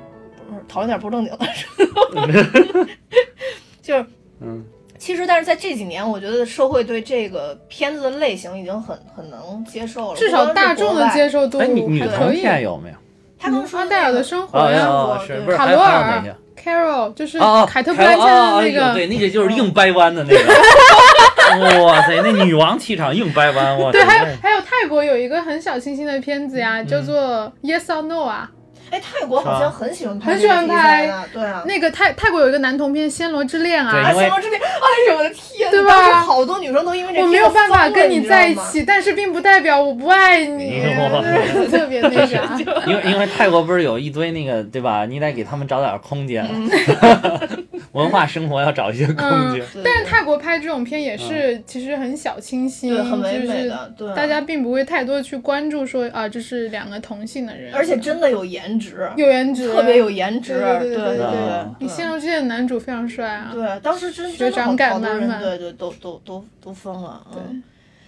A: 不是讨论点不正经的， 就是
B: 嗯。
A: 其实，但是在这几年，我觉得社会对这个片子的类型已经很很能接受了，
C: 嗯，至少大众的接
A: 受。
C: 受度
B: 哎，女女
C: 还
B: 同
C: 可以。
B: 片有没有？
A: 他刚说
C: 安戴尔的生活
A: 呀
C: 呀，
A: 哦
B: 是
A: 对
B: 不是
C: 卡
B: 还
C: 罗
B: 还有哪
C: 尔
B: 些？
C: Carol 就是
B: 哦哦，
C: 凯特布
B: 还
C: 兰
B: 有哦
C: 切的
B: 哦
C: 那
B: 有对，
C: 个，嗯
B: 那个就是硬掰弯的那个。 哇塞，那女王气场硬掰弯，我
C: 对，还有
B: 真嗯
C: 还有泰国有一个很小清新的片子呀，叫做 Yes or No 啊，
A: 哎，泰国好
B: 是吧
A: 像很喜欢拍这
C: 很
A: 个
C: 喜欢
A: 题材
C: 拍
A: 的，对啊。
C: 那个泰泰国有一个男童片《暹罗之恋》
B: 对
A: 啊，
C: 啊，
B: 因为
A: 新闻之恋，哎呦我的天，
C: 对吧
A: 当时好多女生都因为这
C: 我
A: 片
C: 没有办法
A: 疯了
C: 跟
A: 你
C: 你
A: 知
C: 在一
A: 道吗
C: 起，但是并不代表我不爱你
B: 哎 呦，
C: 特别 那啥。
B: 因为因为泰国不是有一堆那个对吧？你得给他们找点空间，
C: 嗯
B: 文化生活要找一些空间。
A: 对对
C: 但是泰国拍这种片
B: 嗯
C: 也是，其实很小清新，
A: 对很唯
C: 就
A: 美
C: 是
A: 的，嗯对
C: 大家并不会太多地去关注说啊，这是两个同性的人，
A: 而且真的有颜值，
C: 有颜值，
A: 特别有颜值，
C: 对
A: 对
C: 对对对
A: 对
B: 对
A: 对
C: 你
A: 嗯
C: 《暹罗之恋》的男主非常帅啊，
A: 对，当时真
C: 学
A: 真的好
C: 长感
A: 好多
C: 满
A: 人，
C: 满
A: 对对，都都都都疯了，
C: 对
A: 嗯，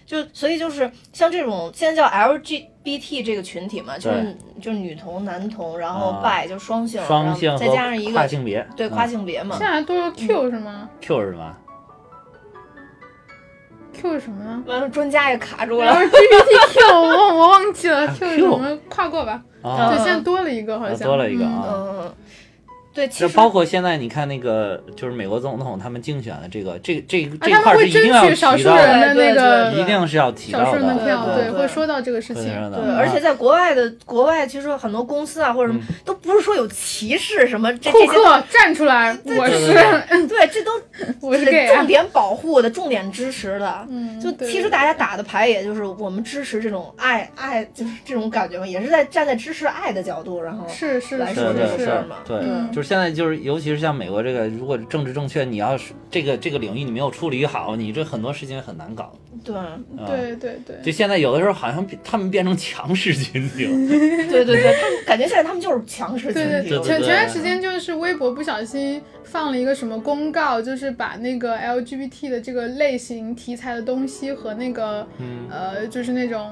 A: 就所以就是像这种现在叫 LGBT 这个群体嘛，就是就是女同、男同，然后
B: 啊
A: 拜就双性，然
B: 双
A: 后
B: 性
A: 再
B: 和
A: 加上一
B: 跨
A: 个
B: 性别，
A: 对
B: 嗯
A: 跨性别嘛
C: 现，在还
A: 嗯
C: 多了 Q 是吗
B: Q 是什么？
C: ？Q 是什么呢？
A: 完了专家也卡住
C: 然
A: 了
C: 后，GPTQ 我我忘记了 Q 是什
B: 啊 Q
C: 么，跨过吧。
B: 啊
C: 对，现在多了一个好像，
B: 多了一个
C: 嗯
B: 啊
A: 嗯，对，其
B: 这
A: 实
B: 包括现在你看那个，就是美国总统他们竞选的这个，这这
C: 啊，
B: 这
C: 他
B: 块是
C: 们会
B: 一定
C: 争
B: 要
C: 取少
B: 提
C: 数
B: 到
C: 人
B: 的，
C: 的那
A: 对
B: 一
C: 个
B: 定是要提
C: 少
B: 到
C: 数人
B: 的，
C: 票，
A: 对对
C: 会说到这个事
B: 会
C: 情
B: 提。到的
A: 对，
B: 啊
A: 而且在国外的国外，其实很多公司啊或者什么、
B: 嗯
A: 都不是说有歧视什么这这
C: 库
A: 些都
C: 克啊站出来，我
B: 对
C: 是
B: 对
A: 对，这都
C: 我是 gay
A: 是重
C: 啊。
A: 点保护的、重点支持的。
C: 嗯
A: 就
C: 对
A: 其实大家打的牌，也就是我们支持这种爱爱，就是这种感觉嘛，也是在站在支持爱的角度，然后
C: 是是
A: 来
C: 是
A: 说这
B: 对
A: 个
B: 对
A: 事
C: 是
A: 儿，嘛。
B: 对
C: 嗯
B: 就是现在就是，尤其是像美国这个，如果政治正确，你要是这个这个领域你没有处理好，你这很多事情很难搞。
A: 对
B: 啊、，
C: 嗯对对对。
B: 就现在有的时候好像比他们变成强势群体 了，
A: 对对对，他们感觉现在他们就是强势群
C: 对
A: 体。
B: 对
A: 我觉
C: 前
A: 得
C: 前段时间就是微博不小心放了一个什么公告，就是把那个 LGBT 的这个类型题材的东西和那个、呃，就是那种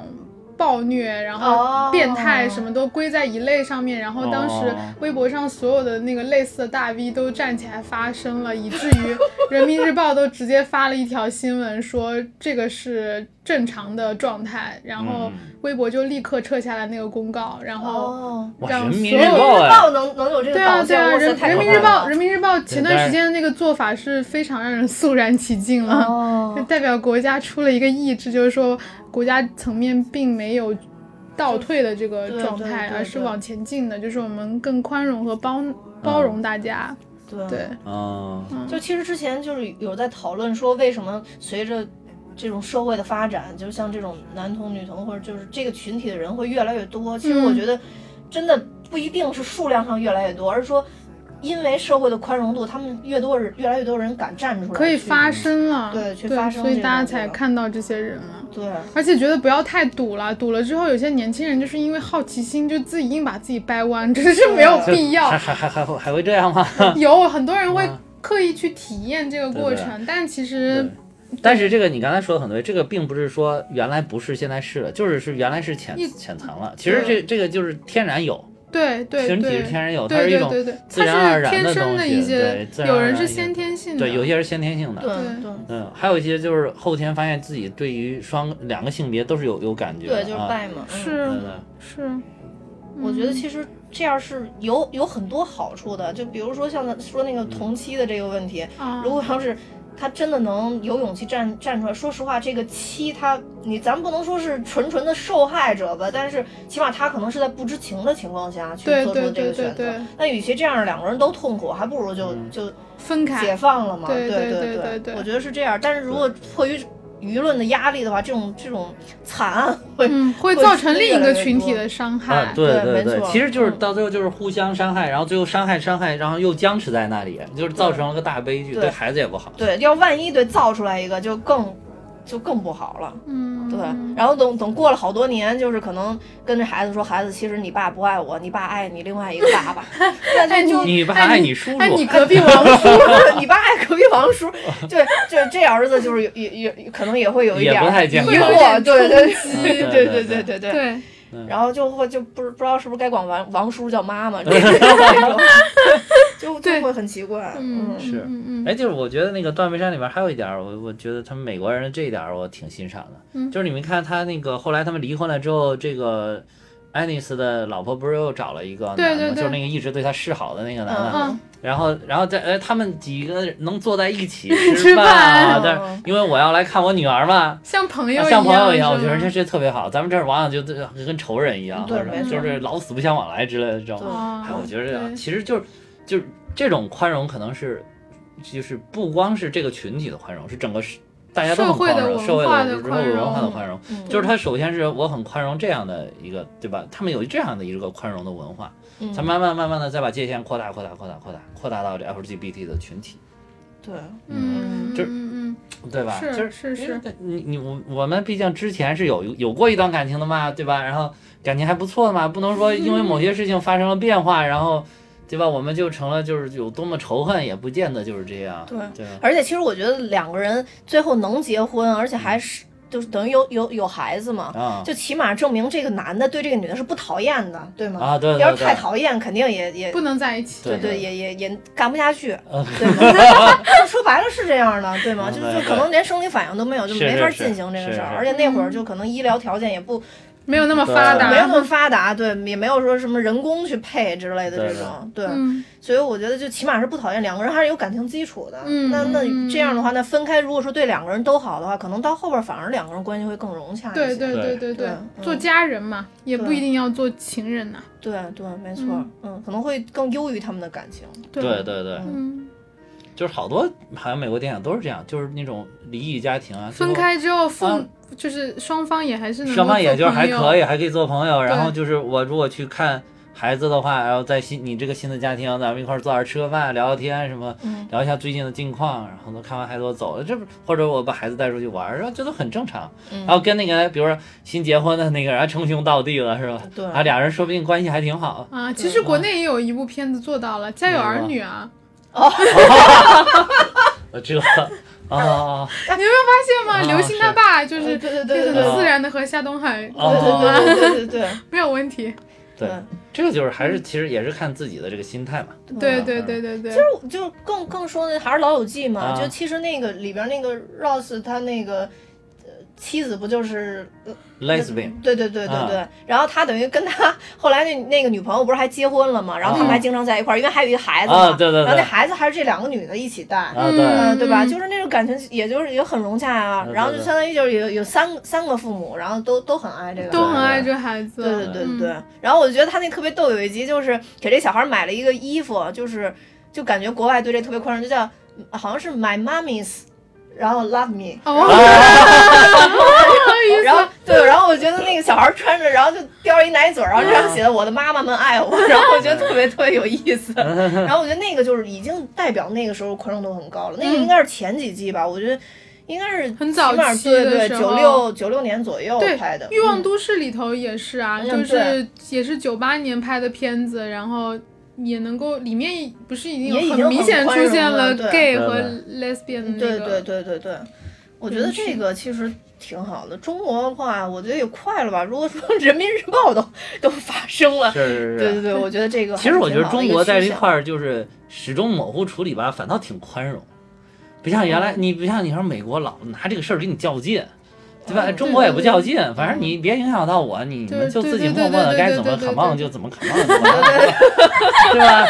C: 暴虐，然
A: 哦
C: 后变态什么都归在一类上面。然后当时
B: 哦
C: 微博上所有的那个类似的大 V 都站起来发声了，以至于人民日报都直接发了一条新闻说这个是正常的状态，然后微博就立刻撤下来那个公告，然后。
A: 哦，
B: 哇，
C: 让
B: 人民
C: 所
B: 日
A: 人
C: 有
A: 民
B: 报
A: 日
B: 哎
A: 报，能能有这个
C: 对啊，
A: 导
C: 对
A: 向，
C: 啊，
A: 哇塞
C: 人
A: 太
C: 人
A: 可
C: 民
A: 怕
C: 日报，
A: 了
C: 人民日报前段时间那个做法是非常让人肃然起敬了，就
A: 哦，
C: 代表国家出了一个意志，就是说国家层面并没有倒退的这个
A: 对
C: 状
A: 对
C: 态，
A: 对
C: 而是
A: 对
C: 往前进的，就是我们更宽容和包包容大家。
A: 对
C: 对，
B: 嗯，
A: 就其实之前就是有在讨论说，为什么随着这种社会的发展，就像这种男童、女童或者就是这个群体的人会越来越多。其实
C: 嗯
A: 我觉得，真的不一定是数量上越来越多，而是说，因为社会的宽容度，他们越多人，越来越多人敢站出来，
C: 可以发。声了，
A: 对去发声
C: 所
A: 这
C: 以
A: 个
C: 大家
A: 东西
C: 才
A: 了
C: 看到这些人了。
A: 对，
C: 而且觉得不要太赌了，赌了之后，有些年轻人就是因为好奇心，就自己硬把自己掰弯，真是没有
A: 对
C: 必要。
B: 还还还还会还会这样吗？
C: 有很多人会
B: 啊
C: 刻意去体验这个过
B: 对对
C: 程，但其实
B: 但是这个你刚才说的很对，这个并不是说原来不是，现在是了，就是是原来是潜
C: 一
B: 潜藏了。其实这这个就是天然有，
C: 对对
B: 群体是
C: 对，
B: 天然有，它
C: 对
B: 是一
C: 对
B: 种
C: 对对，
B: 自然
C: 它
B: 而
C: 是
B: 然的
C: 天生
B: 东
C: 的
B: 西
C: 一些
B: 对自，然
C: 有
B: 而
C: 人
B: 然
C: 是
B: 有
C: 先天性的，
B: 对，有些是先天性
A: 对
B: 的，
A: 对
B: 嗯，还有一些就是后天发现自己对于双两个性别都是有有感觉的，
A: 对，就是
B: 啊，
A: 拜嘛。嗯
C: 是嗯
B: 对对
C: 是，
A: 我觉得其实这样是有有很多好处的，就比如说像说那个同期的这个问题，
C: 啊
A: 如，果要是他真的能有勇气站站出来，说实话，这个七他你咱不能说是纯纯的受害者吧，但是起码他可能是在不知情的情况下去
C: 对
A: 做出
C: 对
A: 这
C: 对
A: 个
C: 对
A: 选择
C: 对。
A: 那与其这样两个人都痛苦，还不如就就
C: 分
A: 解
C: 开，
A: 放了嘛。对
C: 对对对对
A: 对
C: 对
A: 我觉得是这样。但是如果迫于舆论的压力的话，这种这种惨案会
C: 嗯，会
A: 会
C: 造成
A: 越
C: 另一
A: 来
C: 个
A: 越
C: 群
A: 多
C: 体的伤
B: 啊
C: 害，，
B: 对
A: 对没
B: 对，
A: 错
B: 其实就是
A: 嗯
B: 到最后就是互相伤害，然后最后伤害伤害，然后又僵持在那里，就是造成了个大悲剧，
A: 对
B: 对孩子也不好。
A: 对，要万一对造出来一个就更就更不好了。
C: 嗯，
A: 对，然后等等过了好多年，就是可能跟这孩子说，孩子，其实你爸不爱我，你爸爱你另外一个爸爸， 那就就
B: 你爸
C: 哎
B: 爱
C: 你
B: 你叔
C: 哎，
B: 叔
C: 你，隔壁王叔
A: 你爸爱隔壁王 叔，对，这这儿子就是有也也可能也 会有一
B: 也
A: 点
B: 不太
A: 儿疑
B: 健康
A: 惑，对对对
B: 嗯
A: 对
B: 对
A: 对
B: 对
A: 对
B: 对
A: 对对，
C: 对，
A: 然后就会就不知不知道是不是该管王王叔叫妈妈，这 种就就
C: 对
A: 会很奇怪，嗯
C: 嗯，
B: 是
C: 嗯嗯嗯，
B: 哎，就是我觉得那个《断背山》里边还有一点儿，我我觉得他们美国人这一点儿我挺欣赏的，
C: 嗯
B: 就是你们看他那个后来他们离婚了之后，这个爱丽丝的老婆不是又找了一个男的，
C: 对对对
B: 就是那个一直对她示好的那个男的，
C: 嗯，
B: 然后然后在哎他们几个能坐在一 起
C: 吃
B: 饭
A: 饭，
B: 啊但是因为我要来看我女儿嘛，
C: 像朋哎友一样，
B: 像朋友一样，我
C: 是
B: 觉得
C: 吗
B: 这这特别好。咱们这儿往往就就跟仇人一样，
A: 对
B: 或者
A: 没错
B: 就是老死不相往来之类的这种。
A: 对
C: 哦
B: 哎，我觉得这样
C: 对
B: 其实就是就是这种宽容，可能是就是不光是这个群体的宽容，是整个是大家都很宽容，
C: 社
B: 社
C: 会
B: 会
C: 的
B: 的社
C: 文化的
B: 会
C: 宽容
B: 文化的宽容。
A: 嗯
B: 就是他首先是我很宽容这样的一个，对吧？他们有这样的一个宽容的文化，
A: 嗯
B: 才慢慢慢慢的再把界限扩大扩大扩大扩大扩大到这 LGBT 的群体，
A: 对，
C: 嗯，
B: 就
C: 嗯
B: 对吧？
C: 嗯，
B: 就是
C: 是
B: 因为
C: 是，
B: 在哎你你我我们毕竟之前是有有过一段感情的嘛，对吧？然后感情还不错的嘛，不能说因为某些事情发生了变化，然后对吧，我们就成了就是有多么仇恨，也不见得就是这样，
A: 对
B: 对吧？
A: 而且其实我觉得两个人最后能结婚，而且还是就是等于有有有孩子嘛，
B: 啊
A: 就起码证明这个男的对这个女的是不讨厌的，对吗？
B: 啊，对对对，
A: 要是太讨厌，肯定也也
C: 不能在一起，
B: 对
A: 对，也也也干不下去，
B: 嗯
A: 对 吗？就说白了是这样的，对吗？
B: 嗯
A: 就
B: 对
A: 就
B: 对
A: 可能连生理反应都没有，就是没法
B: 是是
A: 进行这个事
B: 是
A: 儿。
B: 是
A: 而且那会儿就可能医疗条件也不
C: 没有那么
B: 对
C: 嗯发
A: 没有那
C: 达，
A: 么发达，对，也没有说什么人工去配之类的
B: 对
A: 这
B: 对
A: 种，对。
C: 嗯，
A: 所以我觉得就起码是不讨厌，两个人还是有感情基础的。
C: 嗯
A: 那
C: 嗯
A: 那这样的话，那分开如果说对两个人都好的话，可能到后边反而两个人关系会更融洽一些。
C: 对对对对
A: 对
C: 对，
A: 嗯
C: 做家人嘛，也不
A: 对
C: 一定要做情人呐，
A: 对对没错，
C: 嗯
A: 嗯可能会更优于他们的感情。
B: 对对对，
C: 嗯，
B: 就是好多好像美国电影都是这样，就是那种离异家庭啊，最
C: 分
B: 后
C: 开之后，父
B: 啊
C: 就是双方也还是能够
B: 双方也就是还
C: 做
B: 可
C: 朋友，
B: 以，还可以做朋友。然
C: 对
B: 后就是我如果去看孩子的话，然后在新你这个新的家庭，咱们一块儿坐那儿吃个饭，聊聊天什么，
A: 嗯
B: 聊一下最近的近况。然后呢，看完孩子我走了，这不或者我把孩子带出去玩儿，然后这都很正常。
A: 嗯
B: 然后跟那个比如说新结婚的那个人啊称兄道弟了是吧？
A: 对
B: 啊，俩人说不定关系还挺好。
C: 啊，其实国内也有一部片子做到了，《家有儿女》啊，
B: 呃这 啊，
C: 你有没有发现吗？
B: 啊
C: 刘星他爸就是
A: 呃对对啊对
C: 就
A: 对对
C: 很自然的和夏东海
B: 啊
A: 对
C: 沟通啊，
A: 对对对嗯对
C: 没有问题。
B: 对，
C: 嗯
B: 这个就是还是其实也是看自己的这个心态嘛。
C: 对
A: 对
C: 对对对对，
A: 对，就更更说的还是《老友记》嘛，
B: 啊
A: 就其实那个里边那个 Ross 他那个。呃妻子不就是呃
B: Lesbian，
A: 对对对对
B: 啊
A: 对，然后他等于跟他后来那那个女朋友不是还结婚了嘛，然后他们
B: 啊
C: 嗯
A: 还经常在一块儿，因为还有一个孩子
B: 啊
A: 嘛，
B: 对对对
A: 然后那孩子还是这两个女的一起带，
B: 啊对
C: 嗯
A: 嗯，对吧？就是那种感情，也就是也很融洽啊
B: 对。对
A: 然后就相当于就是有有三三个父母，然后都都很爱这个，
C: 都很爱这孩子，
A: 对对对
C: 嗯
A: 对对。然后我就觉得他那特别逗，有一集就是给这小孩买了一个衣服，就是就感觉国外对这特别宽容，就叫好像是 My Mommy's，然后 Love Me。
C: 哦，
A: 哎
B: 啊
A: 然后对，然后我觉得那个小孩穿着，然后就叼着一奶嘴儿，然后这样写的“我的妈妈们爱我”， 然后我觉得特别特别有意思。然后我觉得那个就是已经代表那个时候宽容度很高了，那个应该是前几季吧，我觉得应该是
C: 嗯很早
A: 起码
C: 期
A: 对
C: 的
A: 对
C: 时
A: 九
C: 候
A: 六九六年左右
C: 对
A: 拍的，
C: 欲望都市》里头也是啊，
A: 嗯
C: 就是也是九八年拍的片子，然后也能够里面不是已经有
A: 也已经
C: 很明显
A: 很宽
C: 出
A: 容
C: 现
A: 了对
C: gay
B: 对
C: 和
B: 对
C: lesbian 的那
A: 对对
C: 个，
A: 对对对，我觉得这个其实挺好的。中国的话，我觉得也快了吧。如果说 人民日报都都发生了，
B: 是是是。
A: 对对对，我觉得这个
B: 其实我觉得中国在这
A: 这
B: 块儿就是始终模糊处理吧，反倒挺宽容，不像原来
C: 嗯
B: 你不像你说美国老拿这个事儿跟你较劲，对吧？
A: 嗯
B: 中国也不较劲，
A: 对
B: 反正你别影响到我，你
C: 嗯对
B: 们就
C: 对
B: 自己
C: 对对
B: 默默的
C: 对
B: 该
C: 对
B: 怎
C: 对
B: 么
C: 对
B: come
C: 对
B: on
C: 对
B: 就怎么 come on 就完了，对吧？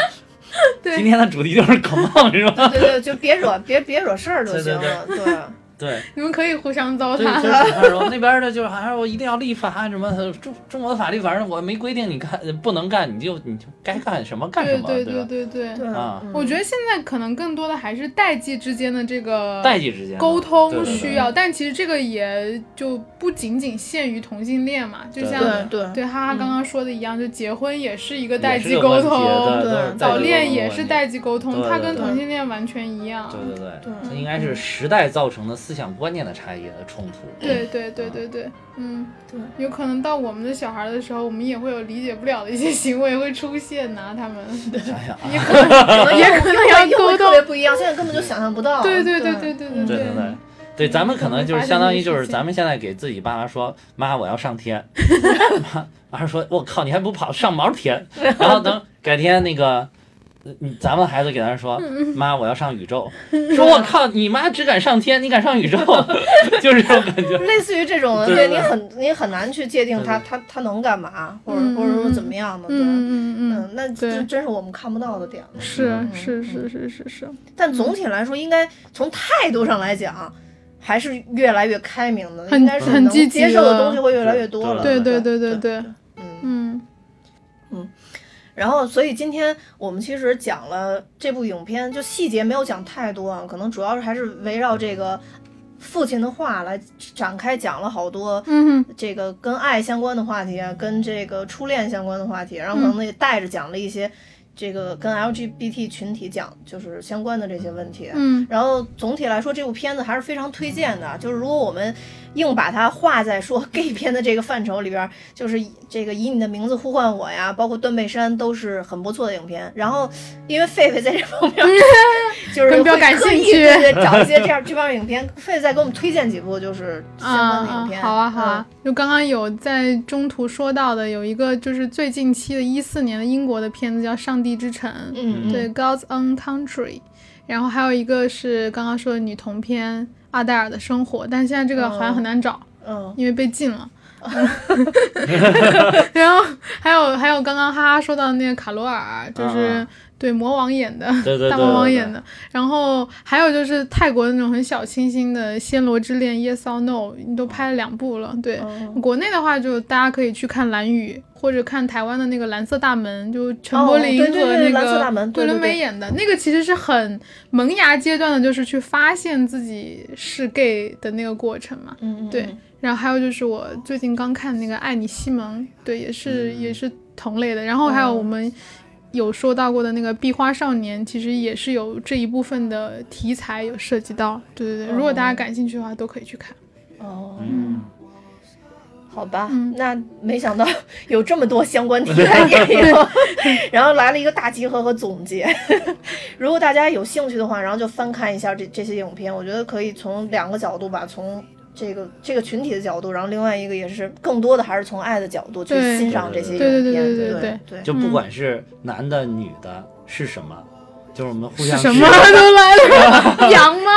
C: 对
B: 今天的主题就是 come on 是吧？
A: 对对，就别惹别别惹事儿就
B: 对对
A: 行
B: 对
A: 了， 对。
B: 对，
C: 你们可以互相糟
B: 所以就
C: 蹋，
B: 是挺宽容。那边的就是好像我一定要立法什么，中中国的法律反正我没规定你干不能干，你就你就该干什么干什
C: 对
B: 么，
C: 对
B: 吧？
C: 对对
A: 对，
C: 对。
B: 啊
A: 嗯
C: 我觉得现在可能更多的还是代际之间的这个
B: 代际之间的
C: 沟
B: 对
C: 通
B: 对对
C: 需要，但其实这个也就不仅仅限于同性恋嘛，就
B: 对嗯
C: 像
A: 对对
C: 对哈哈刚刚说的一样，就结婚也是一个代
B: 也是
C: 际
B: 个
C: 沟
B: 问题
C: 通，
B: 对
A: 对
B: 都是代际
C: 早
B: 沟
C: 恋
B: 通
C: 也
B: 的
C: 是
B: 问题
C: 代际沟通，
B: 对
C: 它
B: 对
C: 跟
B: 对
C: 同性恋完全一样。
B: 对对对
A: 对，
B: 它应该是时代造成的思想观念的差异和冲突。
C: 对对对对对，嗯，
A: 对
C: 有可能到我们的小孩的时候，我们也会有理解不了的一些行为会出现呐、他们
B: 想想啊，
C: 也可 能，
A: 可能
C: 也
A: 又
C: 可
A: 又
C: 能
A: 会
C: 要
A: 又
C: 沟
A: 会
C: 通
A: 特别不一样，现在根本就想象不到。
C: 对
A: 对
C: 对对对对
B: 嗯对
C: 对
B: 对对。对，咱们可能就是相当于就是
C: 嗯
B: 咱们现在给自己爸妈说，妈，我要上 天，妈，妈说，我靠，你还不跑上毛天？然后等改天那个你咱们孩子给咱说，
C: 嗯
B: 妈，我要上宇宙，说我靠，你妈只敢上天，你敢上宇 宙， 就是这种感觉。
A: 类似于这种的，
B: 对
A: 对你很你很难去界定他他他能干嘛，或者
C: 嗯
A: 或者说怎么样的，对，
C: 嗯嗯嗯
A: 嗯，那
C: 对
A: 这真是我们看不到的点了
C: 嗯，。是是是是是是，
A: 但
B: 嗯
A: 总体来说，应该从态度上来讲，还是越来越开明的，
C: 很
A: 应该是
C: 很
A: 能
C: 积极啊
A: 接受的
C: 了
A: 东西会越来越多了。
B: 对
A: 对
C: 对对对
A: 对
C: 对，
A: 嗯。
C: 嗯
A: 然后，所以今天我们其实讲了这部影片，就细节没有讲太多啊，可能主要是还是围绕这个父亲的话来展开讲了好多。
C: 嗯哼
A: 这个跟爱相关的话题啊，跟这个初恋相关的话题，然
C: 嗯
A: 后可能也带着讲了一些这个跟 LGBT 群体讲就是相关的这些问题。啊
C: 嗯
A: 然后总体来说，这部片子还是非常推荐的。就是如果我们硬把它划在说 gay 片的这个范畴里边儿，就是以这个以你的名字呼唤我呀，包括断背山都是很不错的影片。然后因为狒狒在这方面 就是会
C: 更比较感
A: 刻意
C: 兴趣
A: 对对，找一些这样这方面影片。狒狒再给我们推荐几部就是
C: 啊
A: 相关的影
C: 啊
A: 片。，嗯
C: 好啊好啊，就刚刚有在中途说到的，有一个就是最近期的一四年的英国的片子叫《上帝之城》，
A: 嗯，嗯，
C: 对《God's Own Country》，然后还有一个是刚刚说的女童片《阿黛尔的生活》，但是现在这个好像很难找，
A: 嗯。
C: 因为被禁 了。然后还有还有刚刚哈哈说到那个卡罗尔，就是
B: 啊
C: 对魔王演的，
B: 对对对
C: 大魔王
B: 对对
C: 演的。然后还有就是泰国的那种很小清新的《暹罗之恋》《Yes or No》，你都拍了两部了。对，
A: 哦嗯
C: 国内的话就大家可以去看《蓝雨》，或者看台湾的那个《蓝色大门》，就陈柏
A: 哦
C: 霖
A: 对
C: 和
A: 对对
C: 那
A: 蓝色大
C: 个
A: 门对
C: 桂
A: 对
C: 纶
A: 对
C: 镁演的。那个其实是很萌芽阶段的，就是去发现自己是 gay 的那个过程嘛。
A: 嗯，嗯
C: 对，然后还有就是我最近刚看那个《爱你西蒙》，对，也是、
B: 嗯
C: 也是同类的。然后还有我们有说到过的那个《壁花少年》，其实也是有这一部分的题材有涉及到。对对
B: 哦
C: 对，如果大家感兴趣的话，都可以去看。
A: 哦，
B: 嗯，
A: 好吧，
C: 嗯
A: 那没想到 有这么多相关题材电影， 然后来了一个大集合和总结。 如果大家有兴趣的话，然后就翻看一下这这些影片，我觉得可以从两个角度吧，从。这个这个群体的角度，然后另外一个也是更多的还是从爱的角度去
C: 对
A: 欣赏这些影
C: 对
A: 片，
C: 对对对对
A: 对
C: 对
A: 对
B: 就不
C: 嗯
B: 管是男的女的是什么，就是我们互
C: 是
B: 相
C: 什
B: 是
C: 么 都来 了，羊吗？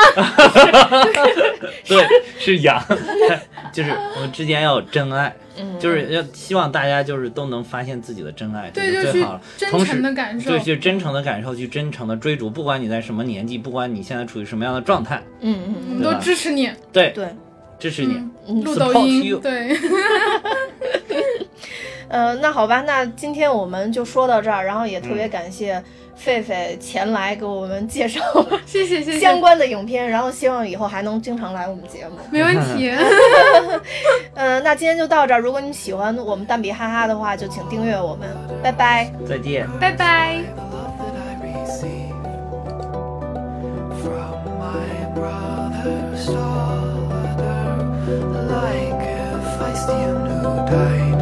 B: 对，是羊， 就是我们之间要有真爱，
A: 嗯
B: 就是要希望大家就是都能发现自己的真爱，这
C: 对，
B: 就
C: 就
B: 最
C: 去
B: 好了。
C: 真
B: 同时
C: 诚的感受
B: 对，。去真诚的感受，去真诚的追逐，不管你在什么年纪，不管你现在处于什么样的状态，
A: 嗯嗯
C: 我
A: 嗯，
C: 们都
B: 对吧
C: 支持你，
B: 对，
A: 对，
B: 支持你。
A: 嗯
C: 录抖
B: Support
C: 音
B: you
C: 对，
A: 呃，那好吧，那今天我们就说到这儿，然后也特
B: 嗯
A: 别感谢狒狒前来给我们介绍
C: 谢谢谢谢，
A: 相关的影片，然后希望以后还能经常来我们节目。
C: 没问题，
A: 嗯，那今天就到这儿。如果你们喜欢我们蛋比哈哈的话，就请订阅我们，拜拜。
B: 再见。
C: 拜拜。
D: the love that I receive from my brother, Solidar, like a feisty and who died. Oh,